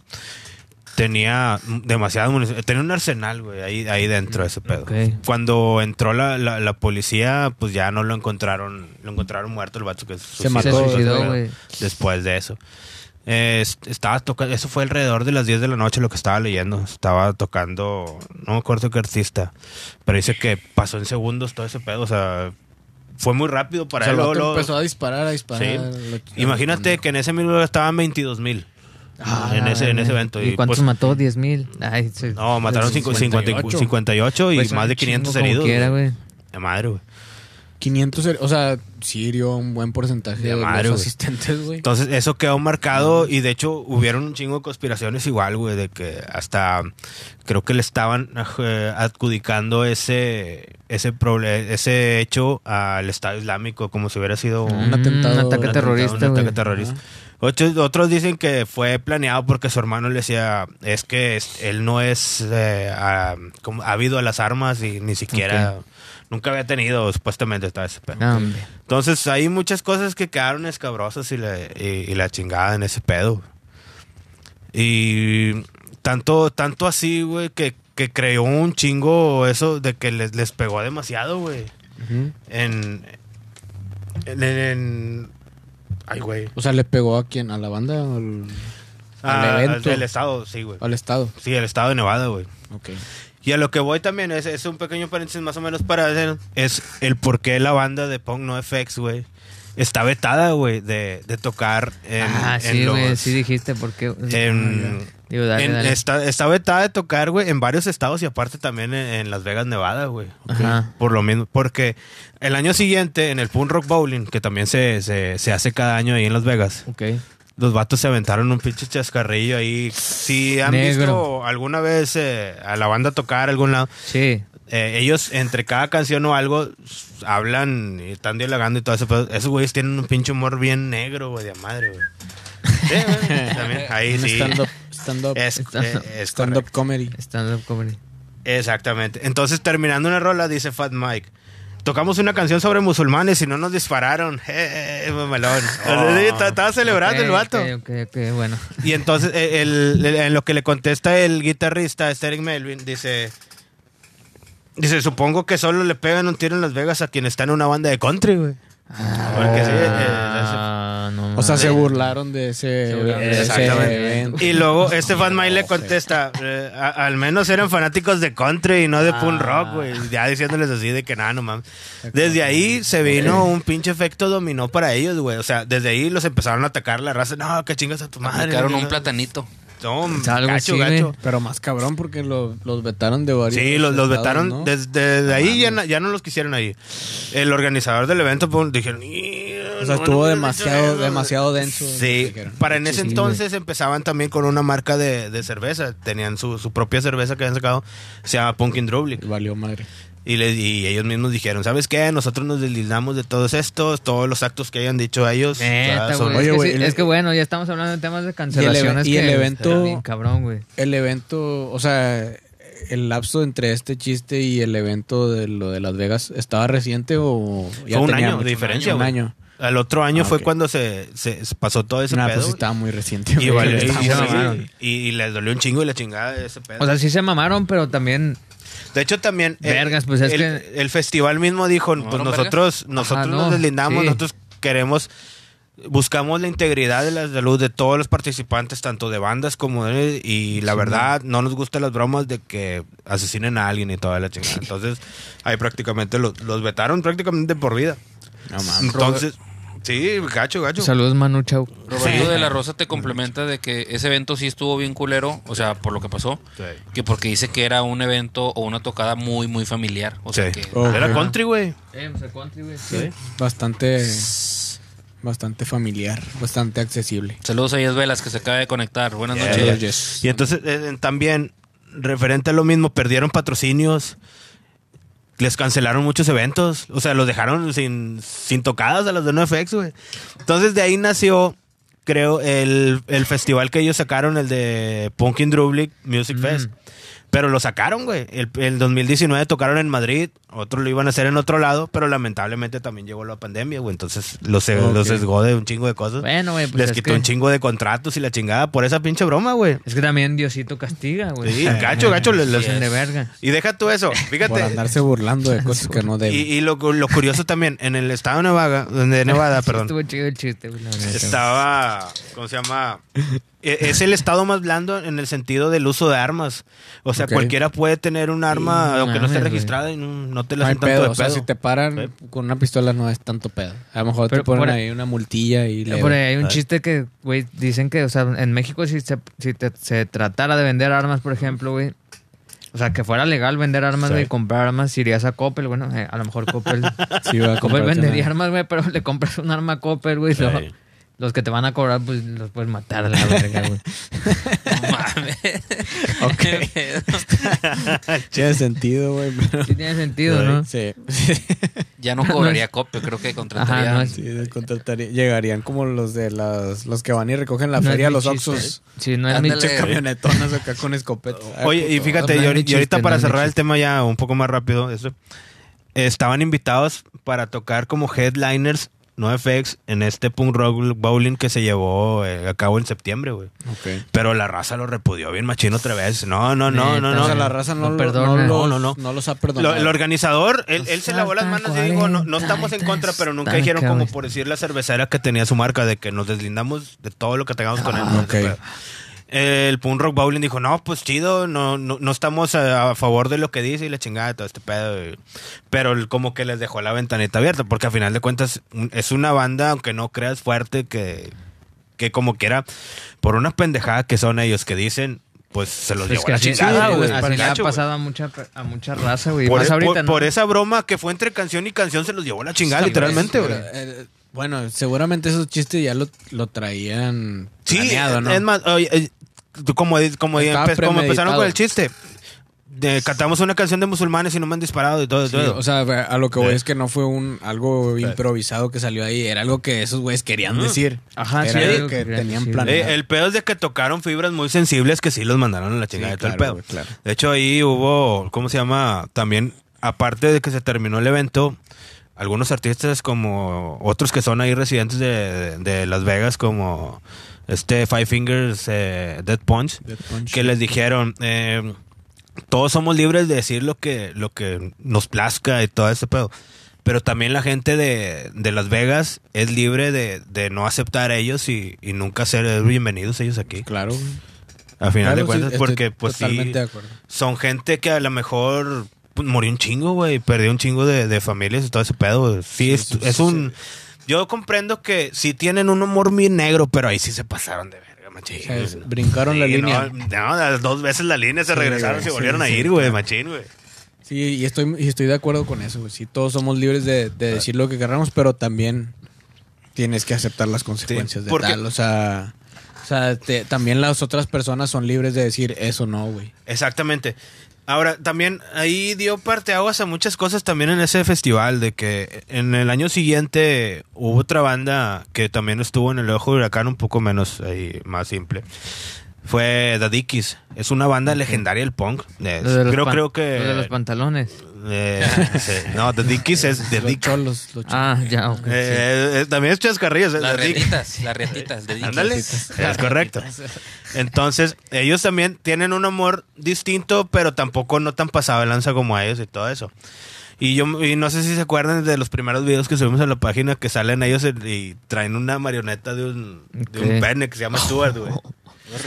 S2: tenía demasiado munición. Tenía un arsenal, güey, ahí, ahí dentro de ese pedo.
S3: Ok.
S2: Cuando entró la, la- la policía, pues ya no lo encontraron... Lo encontraron muerto el vato que
S1: Se mató.
S3: Se suicidó,
S2: pero
S3: güey.
S2: Después de eso. Eh, es- estaba tocando... Eso fue alrededor de las 10 de la noche lo que estaba leyendo. Estaba tocando... No me acuerdo qué artista. Pero dice que pasó en segundos todo ese pedo. O sea... Fue muy rápido para
S1: O sea, el
S2: él. luego,
S1: vato
S2: luego-
S1: empezó a disparar, a disparar.
S2: Sí.
S1: lo-
S2: Imagínate que en ese mismo lugar estaban 22 mil. Ah, en, ese, en ese evento.
S3: Ah, ¿Y,
S2: Y,
S3: cuántos
S2: pues,
S3: mató? ¿10 mil? Ay, se-
S2: No, mataron cinco- 58,
S1: 58.
S2: y
S3: pues,
S2: más
S3: un
S2: de
S3: chingo
S2: 500
S3: como
S2: heridos.
S3: quiera,
S2: güey.
S3: güey.
S2: De madre, güey.
S1: 500, her- o sea, sí dio un buen porcentaje
S2: De
S1: de,
S2: madre,
S1: los
S2: güey.
S1: asistentes, güey.
S2: Entonces, eso quedó marcado y de hecho hubieron un chingo de conspiraciones igual, güey, de que hasta creo que le estaban eh, adjudicando ese ese proble- ese hecho al Estado Islámico como si hubiera sido
S3: Mm,
S1: Un atentado-
S3: Un
S1: un atentado,
S3: ataque
S2: un
S3: terrorista,
S2: ataque
S3: güey.
S2: terrorista.
S1: Ajá.
S2: Ocho- otros dicen que fue planeado porque su hermano le decía, es que es- él no es eh, a- como- ávido a las armas y ni siquiera, nunca había tenido, supuestamente estaba ese pedo.
S3: No, hombre.
S2: Entonces hay muchas cosas que quedaron escabrosas y la, y- y la chingada en ese pedo. Y tanto, tanto así, güey, que, que creó un chingo eso de que les, les pegó demasiado, güey.
S1: Ujú.
S2: En, en, en- Ay, güey.
S1: O sea, le pegó a quién, a la banda, al, al
S2: Ah,
S1: evento,
S2: El estado, sí, güey.
S1: al estado.
S2: Sí, el estado de Nevada, güey.
S1: Ok.
S2: Y a lo que voy también es, es un pequeño paréntesis más o menos para hacer es el por qué la banda de Punk No FX, güey, está vetada, güey, de, de tocar en,
S3: Ah,
S2: en
S3: sí, güey.
S2: los-
S3: Sí dijiste por qué.
S2: en-
S3: Digo, dale,
S2: en-
S3: dale.
S2: Está, está vetada de tocar, güey, en varios estados y aparte también en, en Las Vegas, Nevada, güey.
S3: Ajá.
S2: Por lo mismo, porque el año siguiente en el Punk Rock Bowling, que también se, se, se hace cada año ahí en Las Vegas,
S3: Ok.
S2: los vatos se aventaron un pinche chascarrillo ahí. Si han
S3: Negro.
S2: visto alguna vez eh, a la banda tocar a algún lado,
S3: Sí.
S2: eh, ellos entre cada canción o algo s- hablan y están dialogando y todo eso. Pero esos güeyes tienen un pinche humor bien negro, güey, de madre, güey. Sí, güey, también. Ahí
S1: Un
S2: sí.
S1: stand-up, stand-up,
S2: Es- eh, es
S1: stand-up
S2: correcto.
S1: comedy.
S3: Stand-up comedy.
S2: Exactamente. Entonces, terminando una rola, dice Fat Mike. Tocamos una canción sobre musulmanes y no nos dispararon. Eh, eh, mamalón. Sí, está- Estaba celebrando
S3: Ok,
S2: el vato.
S3: Ok, ok, ok, bueno.
S2: Y entonces, eh, el- el- en lo que le contesta el guitarrista, este Eric Melvin, dice: Dice, supongo que solo le pegan un tiro en Las Vegas a quien está en una banda de country, güey. Porque sí, eh,
S3: Ah, no
S1: O sea,
S3: mames.
S1: se burlaron de ese,
S3: burlaron
S1: de ese
S2: Exactamente.
S1: evento.
S2: Y luego este fan May le contesta, eh, a- al menos eran fanáticos de country y no de punk
S3: Ah.
S2: rock, güey. Ya diciéndoles así de que nada, no mames. Desde ahí se vino un pinche efecto dominó para ellos, güey. O sea, desde ahí los empezaron a atacar la raza. No, que chingas a tu madre.
S4: Aplicaron
S2: no,
S4: un platanito.
S2: No,
S3: Algo
S2: gacho,
S3: así,
S2: gacho.
S3: güey.
S1: Pero más cabrón porque lo- los vetaron de varios.
S2: Sí, los, los
S1: estados,
S2: vetaron.
S1: ¿no?
S2: Desde, desde ahí ya, na- ya no los quisieron ahí. El organizador del evento pues, dijeron. O
S1: O sea, estuvo demasiado, demasiado denso.
S2: Sí,
S1: dijeron.
S2: para en ese entonces empezaban también con una marca de, de cerveza. Tenían su, su propia cerveza que habían sacado, se llama Pumpkin Drublick.
S1: Valió madre.
S2: Y, les, y ellos mismos dijeron: ¿Sabes qué? Nosotros nos deslindamos de todos estos, todos los actos que hayan dicho ellos.
S3: Neta,
S2: o sea, son-
S3: güey,
S1: Oye,
S3: es, que
S1: güey,
S3: sí,
S1: el-
S3: es que bueno, ya estamos hablando de temas de cancelaciones.
S1: y el
S3: que-
S1: evento-
S3: está bien Cabrón, güey.
S1: El evento, o sea, el lapso entre este chiste y el evento de lo de Las Vegas, ¿estaba reciente o
S2: Fue un
S1: tenía
S2: año de
S1: mucho?
S2: diferencia,
S1: Un
S2: güey.
S1: año.
S2: Al otro año
S1: Ah,
S2: fue
S1: ok.
S2: cuando se, se pasó todo ese
S1: Nah,
S2: pedo.
S1: pues sí
S2: güey.
S1: estaba muy reciente.
S2: Y,
S1: güey.
S2: valió-
S1: Estaba
S2: y-
S1: muy
S3: se
S1: reciente.
S3: mamaron.
S2: y- y les dolió un chingo y la chingada de ese pedo.
S3: O sea, sí se mamaron, pero también.
S2: de hecho, también. eh,
S3: Vergas, pues, es
S2: el,
S3: que-
S2: el festival mismo dijo:
S4: ¿No
S2: pues
S4: fueron
S2: nosotros, nosotros
S3: Ajá,
S2: nos
S3: no,
S2: deslindamos,
S3: sí.
S2: nosotros queremos. Buscamos la integridad de la salud de todos los participantes, tanto de bandas como de. Y la verdad, no nos gustan las bromas de que asesinen a alguien y toda la chingada. Entonces, ahí prácticamente los, los vetaron prácticamente por vida.
S1: No mames.
S2: Entonces, sí, gacho, gacho.
S3: Saludos, Manu Chau.
S4: Roberto de la Rosa te complementa de que ese evento sí estuvo bien culero, o sea, por lo que pasó,
S2: Sí.
S4: que porque dice que era un evento o una tocada muy, muy familiar. O sea,
S2: Sí.
S4: que
S1: Ok.
S2: Era country, güey.
S3: Eh, pues el country, güey.
S1: Bastante, bastante familiar, bastante accesible.
S4: saludos a Yes Velas que se acaba de conectar. Buenas
S2: Yeah.
S4: noches.
S2: Yeah.
S1: Saludos, Jess.
S2: Y entonces eh, también, referente a lo mismo, perdieron patrocinios, les cancelaron muchos eventos, o sea, los dejaron sin, sin tocadas a los de NoFX, güey. Entonces de ahí nació, creo, el, el festival que ellos sacaron, el de Punkin Drublick Music
S3: Mm.
S2: Fest. Pero lo sacaron, güey. El, el 2019 tocaron en Madrid, otros lo iban a hacer en otro lado, pero lamentablemente también llegó la pandemia, güey. Entonces los, se-
S1: Ok.
S2: los sesgó de un chingo de cosas.
S3: Bueno, güey, pues.
S2: Les
S3: es
S2: quitó
S3: que-
S2: un chingo de contratos y la chingada por esa pinche broma, güey.
S3: Es que también Diosito castiga, güey.
S2: Sí, ah, gacho, gacho. les- les-
S3: Hacen de verga.
S2: pues. Y deja tú eso,
S1: Por
S2: fíjate.
S1: andarse burlando de cosas que no
S2: Y,
S1: deben.
S2: y lo, cu- lo curioso también, en el estado de Nevada, de Nevada perdón,
S3: Estuvo chido el chiste, güey. la neta, güey.
S2: estaba, ¿cómo se llama? E- Es el estado más blando en el sentido del uso de armas. O sea,
S1: Ok.
S2: cualquiera puede tener un arma,
S3: Sí,
S2: aunque no esté
S3: mames, güey.
S2: registrada, y no, no te
S1: no
S2: la
S1: hay
S2: hacen tanto
S1: pedo,
S2: de
S1: o sea,
S2: pedo.
S1: si te paran con una pistola no es tanto pedo. A lo mejor
S3: Pero
S1: te ponen
S3: por-
S1: ahí una multilla
S2: eh,
S1: y le...
S3: Por ahí hay un chiste que, güey, dicen que, o sea, en México si, se, si te- se tratara de vender armas, por ejemplo, güey, o sea, que fuera legal vender armas,
S2: Sí.
S3: güey, comprar armas, irías a Coppel, bueno, eh, a lo mejor Coppel,
S1: Sí, va a
S3: Coppel
S1: comprarte
S3: vendería
S1: una-
S3: armas, güey, pero le compras un arma a Coppel, güey, luego
S2: Sí.
S3: los que te van a cobrar, pues, los puedes matar a la verga, güey.
S4: No mames.
S1: Ok. Tiene sentido, güey. pero-
S3: Sí tiene sentido, ¿no?
S1: Sí.
S4: ya no cobraría copio, creo que contrataría.
S3: Ajá,
S2: Ah,
S3: no es-
S1: Sí, les contrataría- Llegarían como los de las los que van y recogen la
S3: No es
S1: feria a
S3: mi
S1: los
S3: chiste.
S1: Oxxos.
S3: Sí, no es mi
S4: Ándale.
S3: chiste.
S1: Pinches camionetonas acá con escopetas. Ay,
S2: ¿eh? Oye, y
S1: puto,
S2: fíjate,
S3: Ah, no
S2: y,
S3: es mi
S2: ahori- y ahorita
S3: chiste,
S2: para
S3: no es mi
S2: cerrar el
S3: chiste.
S2: tema ya un poco más rápido, eso, estaban invitados para tocar como headliners, no FX, en este punk rock bowling que se llevó eh, a cabo en septiembre, güey.
S1: Ok.
S2: Pero la raza lo repudió bien machino otra vez. No, no, no,
S3: Neta,
S2: no,
S1: O
S2: no.
S1: sea,
S3: güey.
S1: la raza no,
S3: No
S1: lo-
S3: perdona.
S1: no, los-
S2: No, no, no.
S1: no los ha
S2: Lo-
S1: perdonado.
S2: el organizador, él,
S3: Nos
S2: él se lavó las
S3: faltan
S2: manos y dijo, no, no
S3: 40
S2: estamos en contra, pero nunca dijeron
S3: estacas.
S2: como por decir la cervecera que tenía su marca, de que nos deslindamos de todo lo que tengamos con él.
S1: Ah, ok.
S2: El punk rock bowling dijo, no, pues chido, no, no, no estamos a, a favor de lo que dice y la chingada, todo este pedo. y- Pero el- como que les dejó la ventanita abierta, porque a final de cuentas un- es una banda, aunque no creas fuerte, que, que como quiera, por unas pendejadas que son ellos que dicen, pues se los
S3: Pues
S2: llevó
S3: que
S2: la
S3: así,
S2: chingada,
S3: así-
S2: güey,
S3: así
S2: para el
S3: le ha
S2: gacho, güey.
S3: pasado a mucha, a mucha raza, güey.
S2: Por,
S3: Más
S2: e-
S3: ahorita,
S2: por-
S3: ¿no?
S2: por esa broma que fue entre canción y canción se los llevó la chingada,
S3: Sí,
S2: literalmente, güey.
S1: Eh, Bueno, seguramente esos chistes ya lo, lo traían
S2: Sí,
S1: planeado,
S2: es-
S1: ¿no?
S2: es más, oye, eh, tú como, di- como, di-
S1: Estaba
S2: empe- como empezaron
S1: premeditado.
S2: con el chiste. de- cantamos una canción de musulmanes y no me han disparado y todo,
S1: Sí,
S2: todo.
S1: o sea, a lo que voy
S2: Sí.
S1: es que no fue un algo improvisado que salió ahí, era algo que esos güeyes querían decir.
S3: Ajá,
S1: era
S3: sí,
S1: algo
S3: algo
S1: que
S3: que querían
S1: tenían
S3: decir.
S1: planeado.
S2: Eh, Mm. el pedo es de que tocaron fibras muy sensibles que sí los mandaron a la chingada
S1: Sí,
S2: de todo
S1: claro,
S2: el
S1: güey,
S2: pedo.
S1: claro.
S2: De hecho, ahí hubo, ¿cómo se llama? También, aparte de que se terminó el evento, algunos artistas como otros que son ahí residentes de, de Las Vegas, como este Five Fingers eh, Dead Punch,
S1: Dead Punch.
S2: que les dijeron, eh, todos somos libres de decir lo que, lo que nos plazca y todo ese pedo. Pero también la gente de, de Las Vegas es libre de, de no aceptar a ellos y, y nunca ser bienvenidos ellos aquí.
S1: Claro, güey.
S2: A final
S1: Claro,
S2: de
S1: sí,
S2: cuentas,
S1: estoy
S2: porque pues
S1: totalmente
S2: sí,
S1: de acuerdo.
S2: son gente que a lo mejor pues, murió un chingo, güey, perdió un chingo de, de familias y todo ese pedo. güey. Sí, es,
S1: sí,
S2: es
S1: sí,
S2: un... Yo comprendo que sí tienen un humor muy negro, pero ahí sí se pasaron de verga, machín.
S1: O sea, brincaron la
S2: Sí,
S1: línea.
S2: No, no, las dos veces la línea se
S1: Sí,
S2: regresaron,
S1: güey,
S2: se
S1: sí,
S2: volvieron a
S1: sí,
S2: ir, güey, machín, güey.
S1: Sí, y estoy, y estoy de acuerdo con eso. güey. Sí, todos somos libres de,
S2: Ah.
S1: de decir lo que queramos, pero también tienes que aceptar las consecuencias de
S2: porque-
S1: tal. O sea, o sea te- también las otras personas son libres de decir eso no, güey.
S2: Exactamente. Ahora, también ahí dio parteaguas a muchas cosas también en ese festival, de que en el año siguiente hubo otra banda que también estuvo en el ojo de huracán, un poco menos ahí, más simple. Fue Dadikis. Es una banda legendaria del punk. Es-
S3: Lo de los
S2: creo,
S3: pan-
S2: creo que...
S3: lo de los pantalones.
S2: eh, sí. No, The Dickies es The
S1: Los
S2: Dick.
S1: cholos, los cholos.
S3: Ah, ya, ok.
S2: Eh, eh, también es chascarrillos. eh,
S4: Las
S2: The Dick.
S4: retitas, las retitas. de Dickies.
S2: Ándale. Es correcto. Entonces, ellos también tienen un amor distinto, pero tampoco no tan pasado de lanza como a ellos y todo eso. Y yo y no sé si se acuerdan de los primeros videos que subimos a la página que salen ellos en- y traen una marioneta de un, de un
S3: Ok.
S2: pene que se llama Stuart, güey.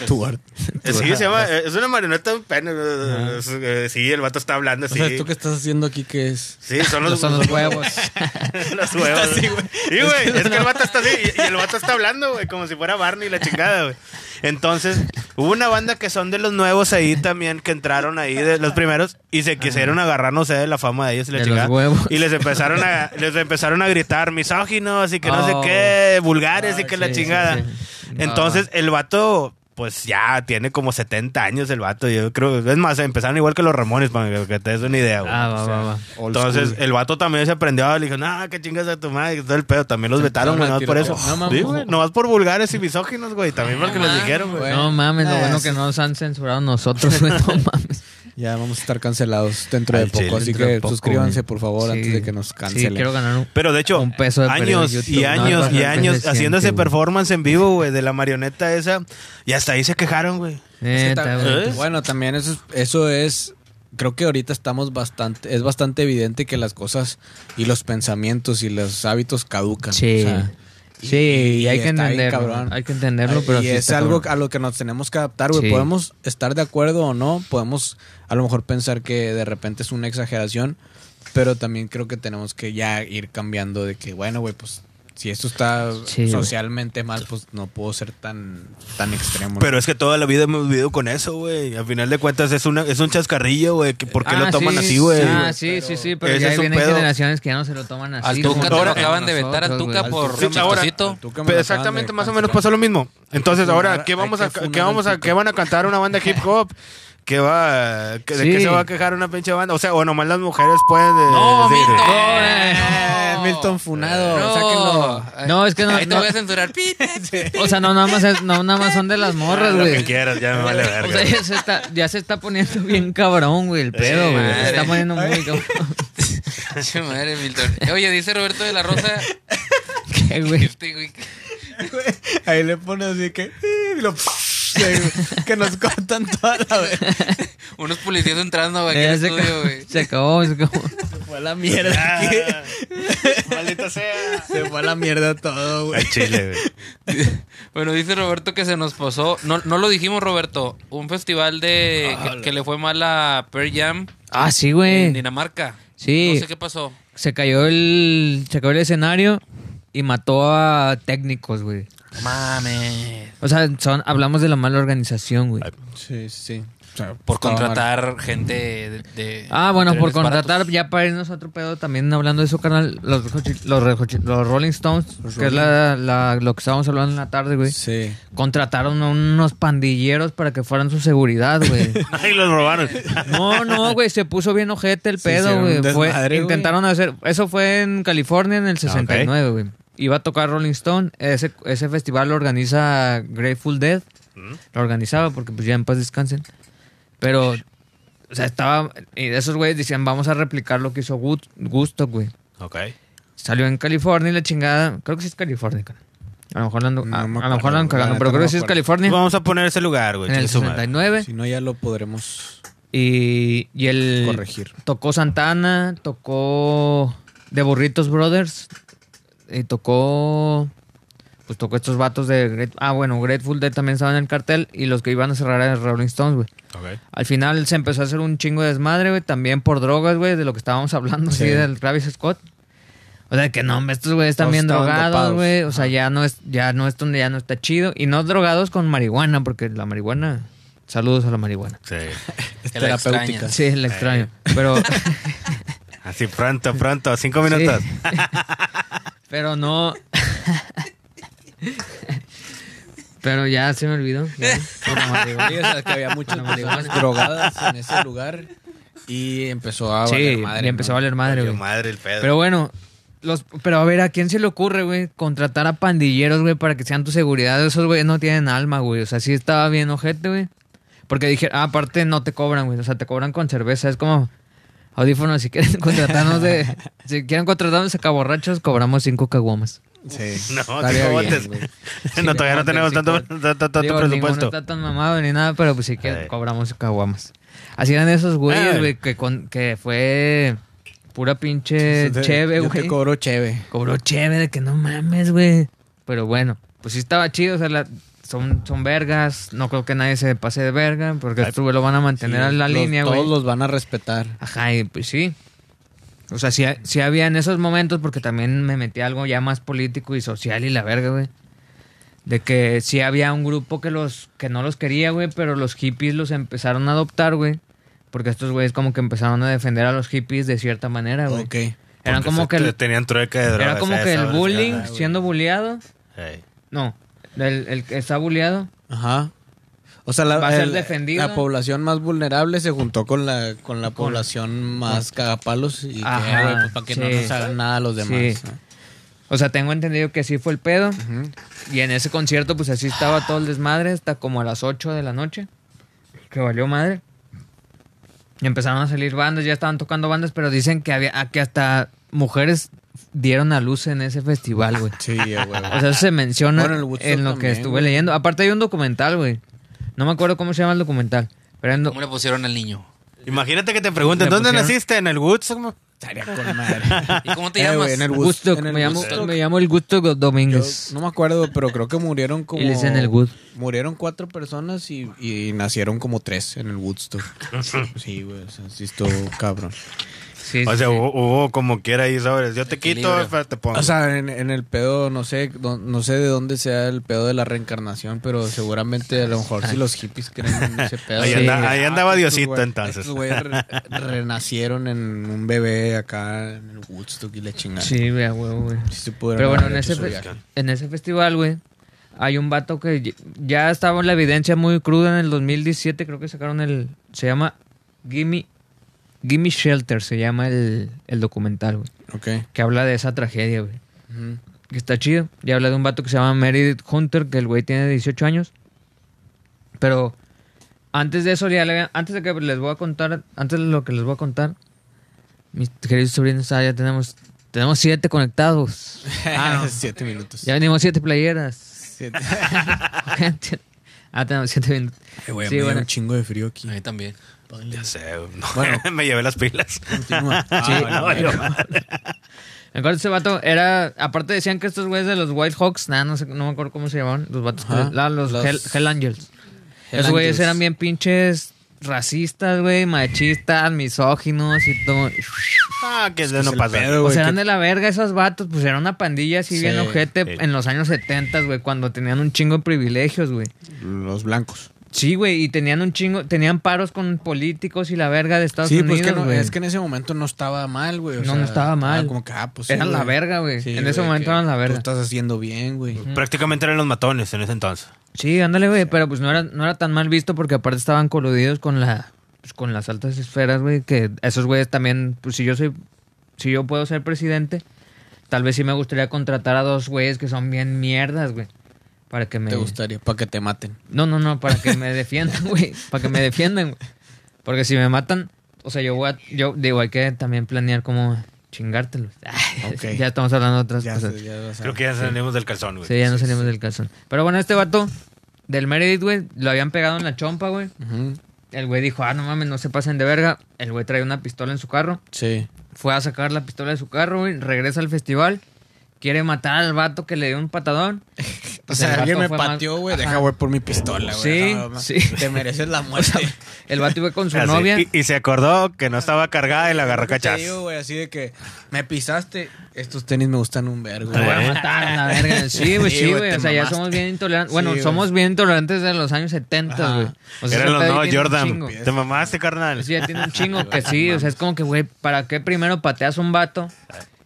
S1: Stuart.
S2: Eh, Sí, se llama, eh, es una marioneta de un pene. eh, es, eh, Sí, el vato está
S1: O
S2: hablando así.
S1: sea, ¿tú qué estás haciendo aquí que es?
S2: Sí, son los,
S3: Son los huevos.
S2: los huevos.
S1: así, güey.
S2: Sí, güey. Es que el vato está así y- y el vato está hablando, güey, como si fuera Barney la chingada, güey. Entonces, hubo una banda que son de los nuevos ahí también, que entraron ahí de los primeros y se quisieron agarrar, no sé, de la fama de ellos y la
S3: De los
S2: chingada.
S3: huevos.
S2: Y les empezaron a, les empezaron a gritar misóginos y que no sé
S3: Oh.
S2: qué, vulgares y
S3: Ah,
S2: que la
S3: sí,
S2: chingada.
S3: sí, sí.
S2: Entonces, el vato. Pues ya tiene como 70 años el vato, yo creo. Es más, empezaron igual que los Ramones, para que te des una idea, güey.
S3: Ah,
S2: O
S3: va,
S2: sea,
S3: va, va.
S1: Old
S2: entonces,
S1: school.
S2: el vato también se aprendió. Le dijo, no, que chingas a tu madre. que Todo el pedo. También los vetaron, güey.
S1: empezaron a
S2: Nomás por eso.
S1: tirar-
S2: Sí,
S1: No
S2: güey,
S1: mames.
S2: No nomás por vulgares y misóginos, güey. También porque les dijeron, güey.
S3: No mames, lo
S2: Ah,
S3: bueno
S2: sí.
S3: que no nos han censurado nosotros, güey. No mames.
S1: Ya vamos a estar cancelados dentro de
S2: Al chile,
S1: poco, así
S3: dentro de
S1: que
S3: poco,
S1: suscríbanse
S3: güey.
S1: por favor
S3: Sí.
S1: antes de que nos
S3: Sí,
S1: cancelen.
S3: quiero ganar un.
S2: Pero de hecho,
S3: Un peso de perdido en
S2: años
S3: YouTube.
S2: y
S3: No,
S2: años
S3: no,
S2: y
S3: no,
S2: años
S3: decente,
S2: haciendo ese
S3: güey.
S2: performance en vivo, güey, de la marioneta esa. Y hasta ahí se quejaron, güey.
S1: Sí,
S3: Neta,
S1: ta-
S3: güey.
S1: ¿Eh? Bueno, también eso, es- eso es. Creo que ahorita estamos bastante. Es bastante evidente que las cosas y los pensamientos y los hábitos caducan.
S3: Sí.
S1: o sea,
S3: Sí, y hay que
S1: está bien
S3: entenderlo,
S1: cabrón.
S3: hay que entenderlo, pero
S1: Y
S3: sí
S1: es
S3: está
S1: algo
S3: cabrón.
S1: a lo que nos tenemos que adaptar, güey.
S3: Sí.
S1: Podemos estar de acuerdo o no, podemos a lo mejor pensar que de repente es una exageración, pero también creo que tenemos que ya ir cambiando de que, bueno, güey, pues si esto está
S3: Sí, güey.
S1: socialmente mal, pues no puedo ser tan, tan extremo. ¿no?
S2: Pero es que toda la vida hemos vivido con eso, güey. Al final de cuentas es, una, es un chascarrillo, güey. que ¿Por qué lo
S3: Ah,
S2: toman
S3: sí,
S2: así, güey?
S3: Ah, sí, sí, sí, pero
S2: Ese
S3: ya
S2: es un
S3: vienen
S2: pedo.
S3: generaciones que ya no se lo toman así.
S4: Al Tuca
S3: como
S4: te lo
S2: Ahora-
S4: acaban de vetar al
S3: nosotros,
S4: Tuca
S3: güey.
S4: por
S1: Sí,
S2: ahora-
S4: chistosito.
S1: Tú que me
S2: Pero
S1: lo
S2: exactamente,
S1: acaban de
S2: más o
S1: cancelar.
S2: menos pasó lo mismo. Entonces,
S1: funar,
S2: ahora, ¿qué
S1: hay
S2: vamos
S1: que
S2: a, qué
S1: funar
S2: vamos
S1: al
S2: a,
S1: Tuca.
S2: qué van a cantar una banda hip hop? ¿Qué va, que- ¿De
S3: Sí.
S2: qué se va a quejar una pinche banda? O sea, o nomás las mujeres pueden. eh,
S4: No,
S2: decir,
S4: Milton.
S2: "Eh,
S1: Eh,
S4: No.
S1: Milton Funado,
S4: No.
S1: sáquenlo.
S4: Ay,
S3: No, es que no-
S4: Ahí te
S3: no-
S4: voy a censurar. Pi, pi, pi.
S3: O sea, no nada más, es- no nada más son de las morras,
S2: lo que
S3: güey.
S2: quieras, ya me vale verga.
S3: O sea, ya se, está, ya se está poniendo bien cabrón, güey, el pedo,
S4: Sí,
S3: güey. Se
S4: madre.
S3: está poniendo muy cabrón.
S4: Che, madre, Milton. Oye, dice Roberto de la Rosa.
S3: ¿Qué, güey?
S4: Este, güey,
S1: Ahí le pone así que. y lo- que nos cortan toda la vez.
S4: unos policías entrando güey, aquí
S3: Ya
S4: al
S3: Eh, se,
S4: estudio,
S3: acabó,
S4: güey.
S3: se acabó, se acabó.
S1: Fue a la mierda. aquí.
S2: Ah. Maldita sea.
S1: Se fue a la mierda todo, güey.
S2: Al chile, güey.
S4: Bueno, dice Roberto que se nos pasó. No, no lo dijimos, Roberto. Un festival de que, que le fue mal a Pearl Jam
S3: Ah, sí,
S4: en
S3: güey.
S4: Dinamarca.
S3: Sí.
S4: No sé qué pasó.
S3: Se cayó el, se cayó el escenario y mató a técnicos, güey.
S4: Mames.
S3: O sea, son, hablamos de la mala organización, güey.
S1: Sí, sí.
S4: Por contratar gente de, de-
S3: Ah, bueno, por
S4: materiales
S3: contratar,
S4: baratos.
S3: ya para irnos a otro pedo, también hablando de eso, carnal, los, Red Hot Chili- los, Red Hot Chili- los Rolling Stones, que es la, la- lo que estábamos hablando en la tarde, güey.
S1: Sí.
S3: Contrataron a unos pandilleros para que fueran su seguridad, güey.
S2: Ay, los robaron.
S3: No, no, güey, se puso bien ojete el pedo,
S1: hicieron
S3: güey.
S1: un
S3: Fue-
S1: desmadre, güey. Ah,
S3: Intentaron hacer. Eso fue en California en el 69, güey. Iba a tocar Rolling Stone. Ese, ese festival lo organiza Grateful Dead.
S1: Mm.
S3: Lo organizaba porque, pues, ya en paz descansen. Pero, o sea, estaba. Y esos güeyes decían, vamos a replicar lo que hizo Gut- Gusto, güey.
S2: ok.
S3: Salió en California y la chingada. Creo que sí es California, cara. A lo mejor la ando,
S1: No me
S3: a, a lo mejor la ando
S1: acuerdo, la
S3: cagando,
S1: neta
S3: pero
S1: no
S3: creo
S1: me
S3: que sí es
S1: acuerdo.
S3: California.
S2: Vamos a poner ese lugar, güey.
S3: En el
S2: chingue su madre.
S3: 69.
S1: Si no, ya lo podremos.
S3: Y, y el.
S1: Corregir.
S3: Tocó Santana, tocó. De Burritos Brothers. Y tocó. Pues tocó estos vatos de. Grat- Ah, bueno, Grateful Dead también estaban en el cartel. Y los que iban a cerrar eran Rolling Stones, güey. Al final se empezó a hacer un chingo de desmadre, güey. También por drogas, güey, de lo que estábamos hablando, sí,
S1: Sí.
S3: del Travis Scott. O sea, que no, hombre, estos güeyes están
S1: Todos
S3: bien
S1: estaban
S3: drogados,
S1: dopados.
S3: güey. O sea, ya no es, ya no es donde ya no está chido. Y no drogados con marihuana, porque la marihuana. Saludos a la marihuana.
S2: Sí.
S1: Es
S4: Que la
S1: terapéutica.
S4: extrañas.
S3: Sí, la extraño. Pero.
S2: Así pronto, pronto, cinco minutos.
S3: Sí. Pero no. Pero ya se me olvidó. ya, por la marihuana.
S1: Sí, o sea, que había muchas
S3: Bueno,
S1: personas
S3: bueno.
S1: drogadas en ese lugar y empezó a
S3: Sí,
S1: valer madre.
S3: y empezó
S1: ¿no?
S3: a valer madre,
S2: Valió
S3: güey.
S2: madre el pedo.
S3: Pero bueno, los, pero a ver, ¿a quién se le ocurre, güey? Contratar a pandilleros, güey, para que sean tu seguridad. Esos, güey, no tienen alma, güey. O sea, sí estaba bien ojete, güey. Porque dije, ah, aparte no te cobran, güey. O sea, te cobran con cerveza. Es como audífonos. Si quieren contratarnos de... si quieren contratarnos de caborrachos, cobramos cinco caguamas.
S1: Sí.
S2: No,
S1: Estaría
S2: cinco
S1: bien,
S2: botes.
S1: güey.
S2: no,
S3: Sí,
S2: todavía no
S3: botes,
S2: tenemos
S3: sí,
S2: tanto,
S3: con-
S2: tanto- tanto
S3: Digo, ninguno
S2: presupuesto.
S3: está tan mamado ni nada, pero pues sí que
S1: Eh.
S2: Ay.
S3: cobramos caguamas. Así eran esos güeyes,
S2: Ay.
S3: güey, que, con- que fue pura
S1: Eh,
S3: pinche cheve,
S1: Yo
S3: güey.
S1: te cobro cheve.
S3: Cobró chévere, de que no mames, güey. Pero bueno, pues sí estaba chido, o sea, la- son, son vergas, no creo que nadie se pase de verga, porque
S2: Ay,
S3: estos güey lo van a mantener a la
S1: Los-
S3: línea, güey.
S1: Todos los van a respetar.
S3: Ajá, y pues sí. O sea, sí, sí había en esos momentos, porque también me metí a algo ya más político y social y la verga, güey. De que sí había un grupo que los que no los quería, güey, pero los hippies los empezaron a adoptar, güey. Porque estos güeyes como que empezaron a defender a los hippies de cierta manera, Ah, güey.
S1: Ok.
S3: Eran
S2: Porque
S3: como
S2: se-
S3: que... el-
S2: Tenían trueca de drogas.
S3: era como
S2: a
S3: que
S2: esa
S3: el
S2: hora,
S3: bullying,
S2: sí,
S3: siendo bulleado.
S2: Ey.
S3: No, el, el que está bulleado.
S1: Ajá. O sea, la,
S3: Va a ser
S1: el-
S3: defendida.
S1: la población más vulnerable se juntó con la, con la población más cagapalos y
S3: Ajá,
S1: para que
S3: sí.
S1: no nos hagan nada a los demás.
S3: Sí. O sea, tengo entendido que sí fue el pedo. Y en ese concierto, pues así estaba todo el desmadre, hasta como a las 8 de la noche. Que valió madre. Y empezaron a salir bandas, ya estaban tocando bandas, pero dicen que había, a que hasta mujeres dieron a luz en ese festival, güey.
S1: Sí, a huevo.
S3: O sea, eso se menciona
S1: Bueno, el Woodstock
S3: en lo que
S1: también,
S3: estuve
S1: güey.
S3: leyendo. Aparte hay un documental, güey. No me acuerdo cómo se llama el documental. Pero en do-
S4: ¿Cómo le pusieron al niño?
S2: Imagínate que te pregunten,
S3: Le
S2: ¿dónde
S3: pusieron-
S2: naciste? ¿En el Woods? ¿Cómo?
S1: Estaría con madre.
S4: ¿Y cómo te
S1: Eh, güey,
S4: llamas?
S1: en el Wood-
S3: Gusto,
S1: en el
S3: me, llamo,
S1: Woodstock.
S3: me llamo el Gusto
S1: Yo
S3: Domínguez.
S1: no me acuerdo, pero creo que murieron como.
S3: Y les en el Wood.
S1: Murieron cuatro personas y, y nacieron como tres en el Woodstock. Sí, güey, o sea, sí estuvo cabrón.
S3: Sí,
S2: O
S3: sí,
S2: sea,
S3: sí.
S2: hubo, hubo como quiera ahí sobres. Yo te quito,
S4: Equilibrio.
S2: pero te pongo.
S1: O sea, en, en el pedo, no sé, do- no sé de dónde sea el pedo de la reencarnación, pero seguramente a lo mejor si los hippies creen en ese pedo.
S2: Ahí
S1: sí.
S2: anda- ahí andaba
S1: estos
S2: Diosito,
S1: güey-
S2: entonces.
S1: Estos güeyes re- renacieron en un bebé acá en el Woodstock y la chingada.
S3: Sí, güey, a huevo, güey.
S1: Sí se pudieron
S3: Pero bueno,
S1: haber
S3: en
S1: hecho su
S3: ese, fe-
S1: viaje.
S3: en ese festival, güey, hay un vato que ya- ya estaba en la evidencia muy cruda en el 2017, creo que sacaron el... Se llama Gimme, Gimme Shelter, se llama el, el documental, güey.
S1: Ok.
S3: Que habla de esa tragedia, güey.
S1: Ujú.
S3: que está chido. Y habla de un vato que se llama Meredith Hunter, que el güey tiene 18 años. Pero antes de eso, ya le había- antes de que les voy a contar, antes de lo que les voy a contar, mis queridos sobrinos, ah, ya tenemos, tenemos siete conectados. Ah, no.
S1: Siete minutos.
S3: Ya venimos siete playeras.
S1: Siete.
S3: ah, tenemos siete minutos.
S1: Eh, güey,
S3: Sí,
S1: me dio
S3: bueno.
S1: un chingo de frío aquí.
S4: A mí también.
S2: Ya sé. no,
S1: Bueno.
S2: me llevé las pilas.
S1: Continúa.
S3: Sí.
S1: Ah, bueno, bueno.
S3: Me acuerdo ese vato era. Aparte decían que estos güeyes de los White Hawks, nah, no, sé, no me acuerdo cómo se llamaban. Los vatos.
S1: Ajá.
S3: que- la- los
S1: Los-
S3: Hell, Hell Angels.
S1: Hell
S3: Esos güeyes
S1: Angels.
S3: eran bien pinches racistas, güey, machistas, misóginos y todo.
S2: Ah, que eso
S1: Es
S2: no
S1: el
S2: pasa.
S1: pedo,
S3: O
S1: güey,
S3: sea, eran
S1: que-
S3: de la verga esos vatos. Pues era una pandilla así
S1: Sí.
S3: bien ojete
S2: Sí.
S3: en los años 70, güey, cuando tenían un chingo de privilegios, güey.
S1: Los blancos.
S3: Sí, güey, y tenían un chingo. Tenían paros con políticos y la verga de Estados Unidos.
S1: pues que no-
S3: güey.
S1: es que en ese momento no estaba mal, güey. o
S3: No,
S1: sea,
S3: no estaba mal.
S1: Como que, ah, pues
S3: Eran la
S1: güey.
S3: verga, güey. En ese
S1: güey,
S3: momento
S1: que
S3: eran la verga.
S1: Tú estás haciendo bien, güey.
S2: Prácticamente eran los matones en ese entonces.
S3: Sí, ándale, güey, pero pues no era, no era tan mal visto porque aparte estaban coludidos con la pues, con las altas esferas, güey, que esos güeyes también, pues si yo soy si yo puedo ser presidente, tal vez sí me gustaría contratar a dos güeyes que son bien mierdas, güey, para que me
S1: Te gustaría, para que te maten.
S3: No, no, no, para que me defiendan, güey, para que me defiendan. güey. Porque si me matan, o sea, yo voy a yo digo, hay que también planear cómo chingártelo.
S1: Ok.
S3: ya estamos hablando de otras
S1: Ya,
S3: cosas.
S1: sé, ya, o sea,
S2: Creo que ya salimos del calzón,
S1: pues,
S2: güey.
S3: Sí, ya no salimos del calzón. Pero bueno, este vato del Meredith, güey, lo habían pegado en la chompa, güey.
S1: ujú.
S3: El güey dijo, ah, no mames, no se pasen de verga. El güey trae una pistola en su carro.
S1: Sí.
S3: Fue a sacar la pistola de su carro, güey. Regresa al festival. Quiere matar al vato que le dio un patadón.
S1: O
S3: Pues el
S1: sea,
S3: vato
S1: alguien me
S3: fue más-
S1: pateó, güey.
S3: Ajá.
S1: Deja, güey, por mi pistola, güey.
S3: Sí,
S1: No, ma-
S3: sí.
S1: Te mereces la muerte.
S3: El vato iba con su
S1: Ah,
S2: Así.
S3: novia.
S2: Y, y se acordó que no estaba cargada y la agarró
S1: Te
S2: cachas.
S1: digo, güey, así de que me pisaste. Estos tenis me gustan un vergo,
S2: A
S3: Lo voy
S1: güey.
S3: a matar a la verga. Sí, güey,
S1: Sí,
S3: sí,
S1: güey,
S3: güey.
S1: te
S3: O sea, ya
S1: mamaste.
S3: somos bien intolerantes. Bueno,
S1: Sí, güey.
S3: somos bien intolerantes desde los años 70,
S1: Ajá.
S3: güey. O sea,
S2: Eran
S3: ese
S2: los
S3: pedo
S2: no,
S3: tiene un
S2: Jordan.
S3: chingo.
S2: Te mamaste, carnal.
S3: Sí, ya tiene un chingo que sí. O sea, es como que, güey, ¿para qué primero pateas un vato?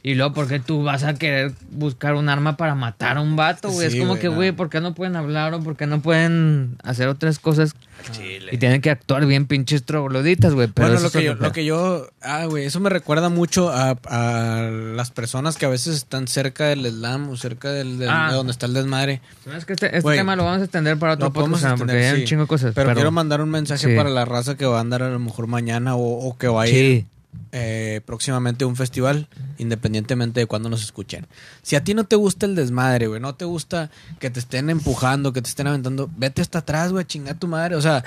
S3: Y luego, ¿por qué tú vas a querer buscar un arma para matar a un vato, güey?
S1: Sí,
S3: es como
S1: güey,
S3: que,
S1: no.
S3: güey, ¿por qué no pueden hablar o por qué no pueden hacer otras cosas?
S2: Chile.
S3: Y tienen que actuar bien pinches trogloditas, güey. Pero
S1: Bueno,
S3: eso
S1: lo
S3: es
S1: que, yo,
S3: otro pedo.
S1: lo que yo. Ah, güey, eso me recuerda mucho a, a las personas que a veces están cerca del slam o cerca del, del-
S3: Ah.
S1: de donde está el desmadre.
S3: No, es que este, este
S1: Güey,
S3: tema lo vamos a extender para otro
S1: Lo podemos
S3: podcast, ¿no? porque
S1: extender,
S3: hay
S1: sí.
S3: un chingo de cosas.
S1: Pero,
S3: pero-
S1: quiero mandar un mensaje
S3: Sí.
S1: para la raza que va a andar a lo mejor mañana o, o que va a ir
S3: Sí,
S1: eh, próximamente a un festival, independientemente de cuándo nos escuchen. Si a ti no te gusta el desmadre, güey, no te gusta que te estén empujando, que te estén aventando, vete hasta atrás, güey, chinga tu madre. O sea,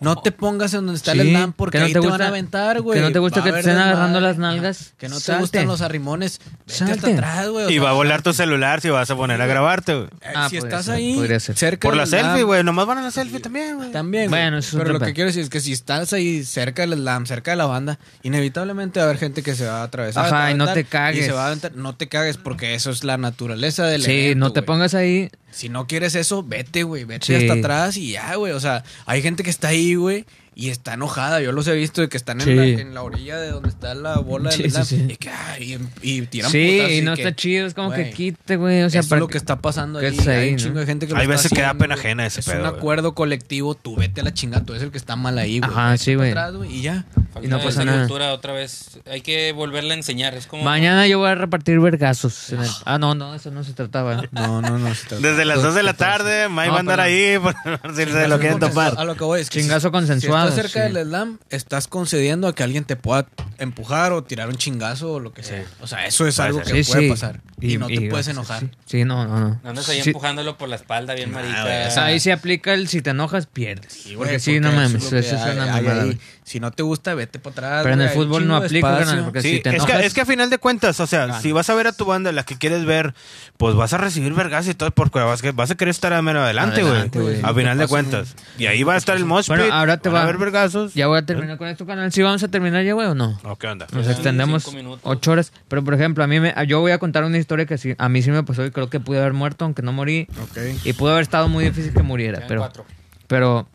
S1: no te pongas en donde está el
S3: Sí,
S1: slam porque
S3: que no
S1: ahí
S3: te
S1: te, van
S3: gusta-
S1: a aventar, güey.
S3: que no te
S1: Va
S3: gusta
S1: a
S3: que te
S1: haber
S3: estén agarrando
S1: desmadre.
S3: las nalgas.
S1: Que no te
S3: Salte.
S1: gustan los arrimones, vete hasta
S3: Salte.
S1: atrás, güey. o
S2: Y
S1: sea,
S2: va a volar tu celular si vas a poner a grabarte, güey.
S1: eh,
S3: Ah,
S1: si
S3: podría
S1: estás
S3: ser,
S1: ahí,
S3: podría ser.
S1: cerca
S2: Por la
S1: del slam,
S2: selfie, güey. Nomás van a la selfie también, güey.
S1: También. güey.
S3: Bueno, eso es
S1: Pero
S3: otro
S1: lo
S3: pedo.
S1: que quiero decir es que si estás ahí cerca del slam, cerca de la banda, inevitablemente va a haber gente que se va a atravesar.
S3: Ajá,
S1: va a
S3: y no
S1: aventar,
S3: te cagues.
S1: Y se va a aventar. No te cagues porque eso es la naturaleza del
S3: sí
S1: evento,
S3: no te
S1: güey.
S3: pongas ahí.
S1: Si no quieres eso, vete, güey. Vete
S3: Sí.
S1: hasta atrás y ya, güey. O sea, hay gente que está ahí, güey. Y está enojada, yo los he visto, de que están
S3: Sí.
S1: en, la, en la orilla de donde está la bola
S3: Sí,
S1: del slam.
S3: sí, sí.
S1: Y, que, ah, y, y tiran
S3: Sí,
S1: putas,
S3: y no
S1: que,
S3: está chido. Es como que
S1: güey,
S3: quite, güey. O sea,
S1: eso
S3: para
S1: es lo
S3: que-
S1: que está pasando
S3: que
S1: ahí.
S3: es ahí,
S1: Hay un
S3: ¿no?
S1: chingo de gente que lo
S2: Hay
S1: está
S2: veces que da
S1: haciendo,
S2: pena
S1: güey.
S2: ajena ese
S1: Es
S2: pedo,
S1: un
S2: güey.
S1: acuerdo colectivo, tú vete a la chingada, tú eres el que está mal ahí, güey.
S3: Ajá,
S1: Vete
S3: sí, güey.
S1: atrás, güey, Y ya.
S3: Y no
S4: Falta
S3: pasa
S4: esa
S3: nada.
S4: cultura otra vez. Hay que volverla a enseñar. Es como.
S3: Mañana yo voy a repartir vergazos. en el- Ah, no, no, eso no se trataba.
S1: No, no, no.
S2: Desde las 2 de la tarde, May va a andar ahí por si se lo quieren
S1: A
S2: topar.
S1: lo que voy es que
S3: Chingazo
S1: si-
S3: consensuado,
S1: Si estás cerca
S3: sí.
S1: del slam, estás concediendo a que alguien te pueda empujar o tirar un chingazo o lo que sea. O sea, eso es
S2: Puede
S1: algo
S2: ser.
S1: que puede pasar. Y, no te puedes
S3: sí,
S1: enojar.
S3: Sí, Sí, no, no, no.
S4: No andas ahí
S3: Sí,
S4: empujándolo por la espalda, bien marica.
S2: güey,
S3: o sea, ahí se aplica el si te enojas, pierdes.
S1: Sí, güey,
S3: porque Pues sí, no
S1: porque eso
S3: mames.
S1: es
S3: Eso
S1: lo que
S3: es
S1: hay-
S3: una
S1: hay
S3: mamada.
S1: ahí.
S3: güey.
S1: Si no te gusta, vete para atrás.
S3: Pero en
S1: güey,
S3: el
S1: hay un
S3: fútbol no
S1: chingo de
S3: aplica, carnal,
S1: espacio.
S3: porque
S2: Sí,
S3: si te
S2: es,
S3: enojas.
S2: que, es que a final de cuentas, o sea, si vas a ver a tu banda, las que quieres ver, pues vas a recibir vergas y todo, porque vas, que- vas a querer estar a mero adelante,
S3: Adelante,
S2: güey.
S3: güey. pues,
S2: A final de
S1: Te pasan-
S2: cuentas. Y ahí va a estar el mosh
S3: Bueno,
S2: pit,
S3: ahora te
S2: van a
S3: va-
S2: ver vergazos.
S3: Ya voy a terminar con esto, canal. ¿Sí vamos a terminar ya, güey, o no?
S2: ¿O qué onda?
S3: Nos
S4: Quedan
S3: extendemos
S4: cinco minutos.
S3: ocho horas. Pero, por ejemplo, a mí me, yo voy a contar una historia que sí, a mí sí me pasó y creo que pude haber muerto, aunque no morí.
S1: Ok.
S3: Y pudo haber estado muy difícil que muriera.
S4: Quedan
S3: Pero,
S4: cuatro.
S3: pero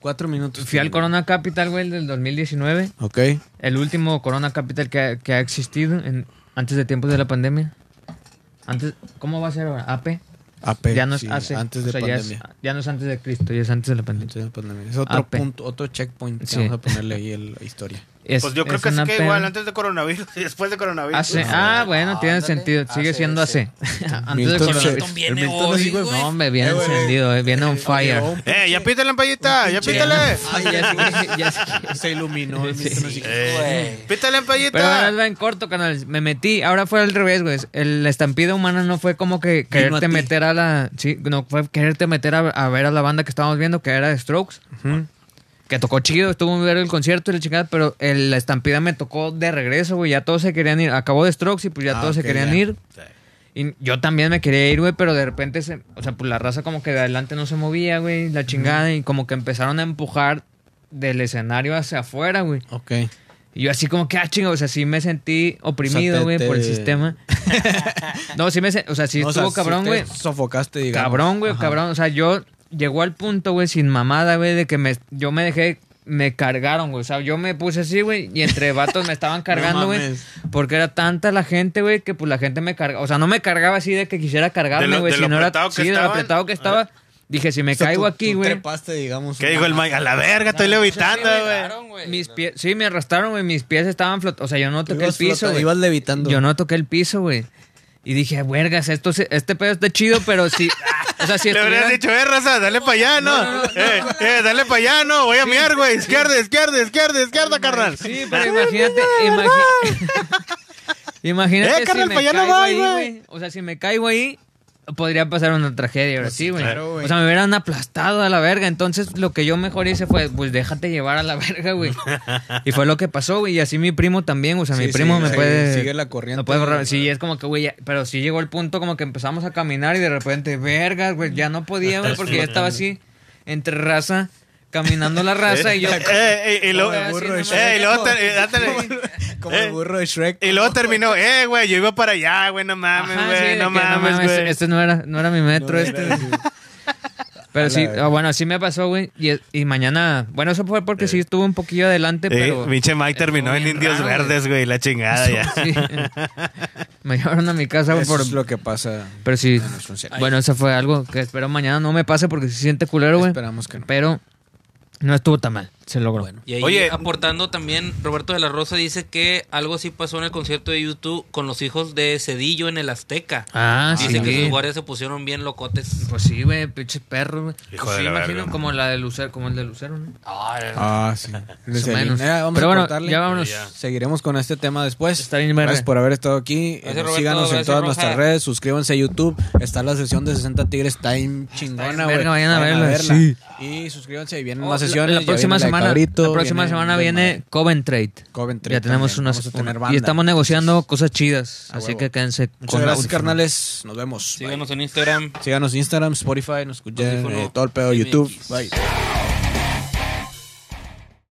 S1: Cuatro minutos.
S3: fui al Corona Capital, güey, del 2019.
S1: Ok.
S3: El último Corona Capital que ha, que ha existido en- antes de tiempos de la pandemia. Antes, ¿Cómo va a ser ahora? ¿AP?
S1: AP,
S3: ya no es
S1: sí,
S3: AC.
S1: Antes
S3: O
S1: de
S3: sea, ya
S1: pandemia.
S3: es- Ya, no es antes de Cristo, ya es antes de la pandemia.
S1: Entonces, pues, también es otro
S3: AP.
S1: punto, otro checkpoint que
S3: Sí.
S1: vamos a ponerle ahí el- la historia.
S3: Es-
S2: Pues yo creo
S3: es
S2: que sí
S3: una
S2: que
S3: pena.
S2: igual antes de coronavirus y después de coronavirus.
S3: AC. Ah, bueno, tiene
S4: Ándale.
S3: sentido. Sigue
S4: AC,
S3: siendo AC.
S4: sí.
S3: antes de
S1: Milton
S3: coronavirus.
S1: se-
S4: viene
S1: el Milton
S4: hoy,
S1: así, güey,
S4: güey.
S3: No, hombre, bien
S1: Eh, güey.
S3: encendido, eh, viene on fire.
S1: Oye,
S2: Eh, ya pítale, Ampallita, ya pítale.
S3: Ay, Ah, ya sí, ya sí.
S1: Ah, Se iluminó el Milton así.
S2: Eh,
S4: Güey.
S2: Pítale,
S3: Pero ahora
S2: Ampallita.
S3: va en corto, canal. Me metí. Ahora fue al revés, güey. El la estampida humana no fue como que quererte
S1: a ti.
S3: meter a la. Sí, no fue quererte meter a, a ver a la banda que estábamos viendo, que era de Strokes. Que tocó chido, estuvo muy ver el concierto y la chingada, pero el- la estampida me tocó de regreso, güey. Ya todos se querían ir. Acabó de Strokes y pues ya
S1: Ah,
S3: todos
S1: ok,
S3: se querían
S1: ya.
S3: ir. Y yo también me quería ir, güey, pero de repente, se, o sea, pues la raza como que de adelante no se movía, güey, la chingada, y como que empezaron a empujar del escenario hacia afuera, güey.
S1: Ok.
S3: Y yo así como que, ah, chingo, o sea, sí me sentí
S1: O sea,
S3: oprimido,
S1: te-
S3: güey, por el
S1: te-
S3: sistema. no, sí me sentí, o sea, sí
S1: No, o sea,
S3: estuvo
S1: si
S3: cabrón,
S1: te
S3: güey.
S1: Sofocaste, digamos.
S3: Cabrón, güey,
S1: Ajá.
S3: cabrón. O sea, yo llegó al punto, güey, sin mamada, güey, de que me, yo me dejé, me cargaron, güey. O sea, yo me puse así, güey, y entre vatos me estaban cargando, güey.
S1: mames.
S3: porque era tanta la gente, güey, que pues la gente me cargaba. O sea, no me cargaba así de que quisiera
S2: De
S3: cargarme,
S2: lo-
S3: güey,
S2: de lo
S3: sino era
S2: apretado que
S3: sí, de lo
S2: estaban. Ah.
S3: apretado que estaba. Dije, si me
S1: O sea,
S3: caigo
S1: tú-
S3: aquí,
S1: tú
S3: güey.
S1: trepaste, digamos.
S2: ¿Qué dijo el Mike? A la verga, estoy levitando, güey.
S4: Claro, güey.
S3: Mis pies, sí, me arrastraron, güey, mis pies estaban flotando. O sea, yo no
S1: Tú
S3: toqué el
S1: ibas
S3: piso,
S1: flotando,
S3: güey.
S1: Ibas levitando.
S3: Yo no toqué el piso, güey. Y dije, vergas, esto se- este pedo está chido, pero si. ah, o sea, si
S2: Le habrías
S3: estuvieran-
S2: dicho, eh, raza, dale para allá, ¿no? eh, eh, dale para allá, ¿no? Voy a miar, güey. Izquierda, izquierda, izquierda, izquierda, carnal.
S3: Sí, pero imagínate. imagi- imagínate
S2: Eh, carnal,
S3: si me
S2: pa' allá no
S1: pues
S3: caigo
S2: voy,
S3: ahí,
S2: güey.
S3: güey. O sea, si me caigo ahí, podría pasar una tragedia ahora sí, güey.
S1: Pues claro, güey.
S3: o sea, me hubieran aplastado a la verga. Entonces, lo que yo mejor hice fue, pues déjate llevar a la verga, güey. y fue lo que pasó, güey. Y así mi primo también, o sea, mi
S1: Sí,
S3: primo
S1: sí,
S3: me
S1: sí,
S3: puede.
S1: sigue la corriente,
S3: No puede borrar.
S1: güey.
S3: Sí, es como que, güey, ya- pero sí llegó el punto como que empezamos a caminar y de repente, vergas, güey, ya no podía, güey, porque ya estaba así entre raza. Caminando la raza y yo.
S2: Eh, eh, y luego-
S3: Ahora sí,
S1: burro
S3: no
S1: de
S3: me
S1: Shrek.
S3: dejo.
S2: Eh, y luego te- eh, dátele.
S1: Como
S2: Eh.
S1: el burro de Shrek.
S2: Y luego terminó, eh, güey, yo iba para allá, güey, no mames,
S3: Ajá, sí,
S2: güey,
S3: de
S2: no
S3: que,
S2: mames, güey.
S3: Este no era, no era mi
S1: No,
S3: metro,
S1: era
S3: este.
S1: así.
S3: Pero sí,
S1: verga.
S3: ah, bueno, sí me pasó, güey. Y, y mañana, bueno, eso fue porque sí estuve un poquillo adelante,
S2: Eh,
S3: pero.
S2: Pinche Mike terminó en
S3: bien
S2: Indios
S3: raro,
S2: Verdes, güey, la chingada ya.
S3: Sí. me llevaron a mi casa güey,
S1: Eso
S3: por.
S1: es lo que pasa.
S3: Pero sí.
S1: en los conciertos.
S3: Bueno, pues. eso fue algo que espero mañana no me pase porque se siente culero, güey.
S1: Esperamos que no.
S3: Pero no estuvo tan mal, se logró.
S4: Y ahí
S2: Oye.
S4: aportando también, Roberto de la Rosa dice que algo sí pasó en el concierto de YouTube con los hijos de Cedillo en el Azteca.
S3: Ah, sí.
S4: dice que sus guardias se pusieron bien locotes.
S3: Pues sí, güey, pinches perros, güey.
S2: Hijo
S3: Pues
S2: de
S3: sí,
S2: la
S3: imagino
S2: verga.
S3: como la de Lucero, como el de Lucero, ¿no?
S1: Ah, sí.
S3: Más o
S1: Desde ahí.
S3: menos.
S1: Eh, vamos
S3: Pero
S1: a
S3: bueno,
S1: cortarle.
S3: ya vámonos.
S2: Ya.
S1: Seguiremos con este tema después.
S3: Está bien, verga.
S1: Gracias por haber estado aquí.
S4: Gracias,
S1: Eh,
S4: Roberto.
S1: Síganos en
S4: Gracias,
S1: todas
S4: Rosa.
S1: nuestras redes. Suscríbanse a YouTube. Está la sesión de 60 Tigres Time chingona,
S3: verga,
S1: güey.
S3: vayan a verla.
S1: Y suscríbanse. Y vienen
S3: Oh,
S1: más
S3: la-
S1: sesiones.
S3: La,
S1: ya
S3: próxima
S1: viene de
S3: semana,
S1: Cabrito,
S3: la próxima semana
S1: de
S3: viene Coventry.
S1: Coventry
S3: Ya tenemos
S1: también.
S3: unas
S1: Vamos a tener
S3: una-
S1: banda.
S3: y estamos negociando cosas chidas,
S1: A
S3: así
S1: huevo.
S3: que quédense
S1: Muchas gracias,
S3: Outfit.
S1: carnales. Nos vemos. Bye.
S4: Síganos en Instagram.
S1: Síganos en Instagram, Spotify, nos escuchan
S4: Audífono.
S1: eh, todo el pedo, YouTube.
S4: MX.
S1: Bye.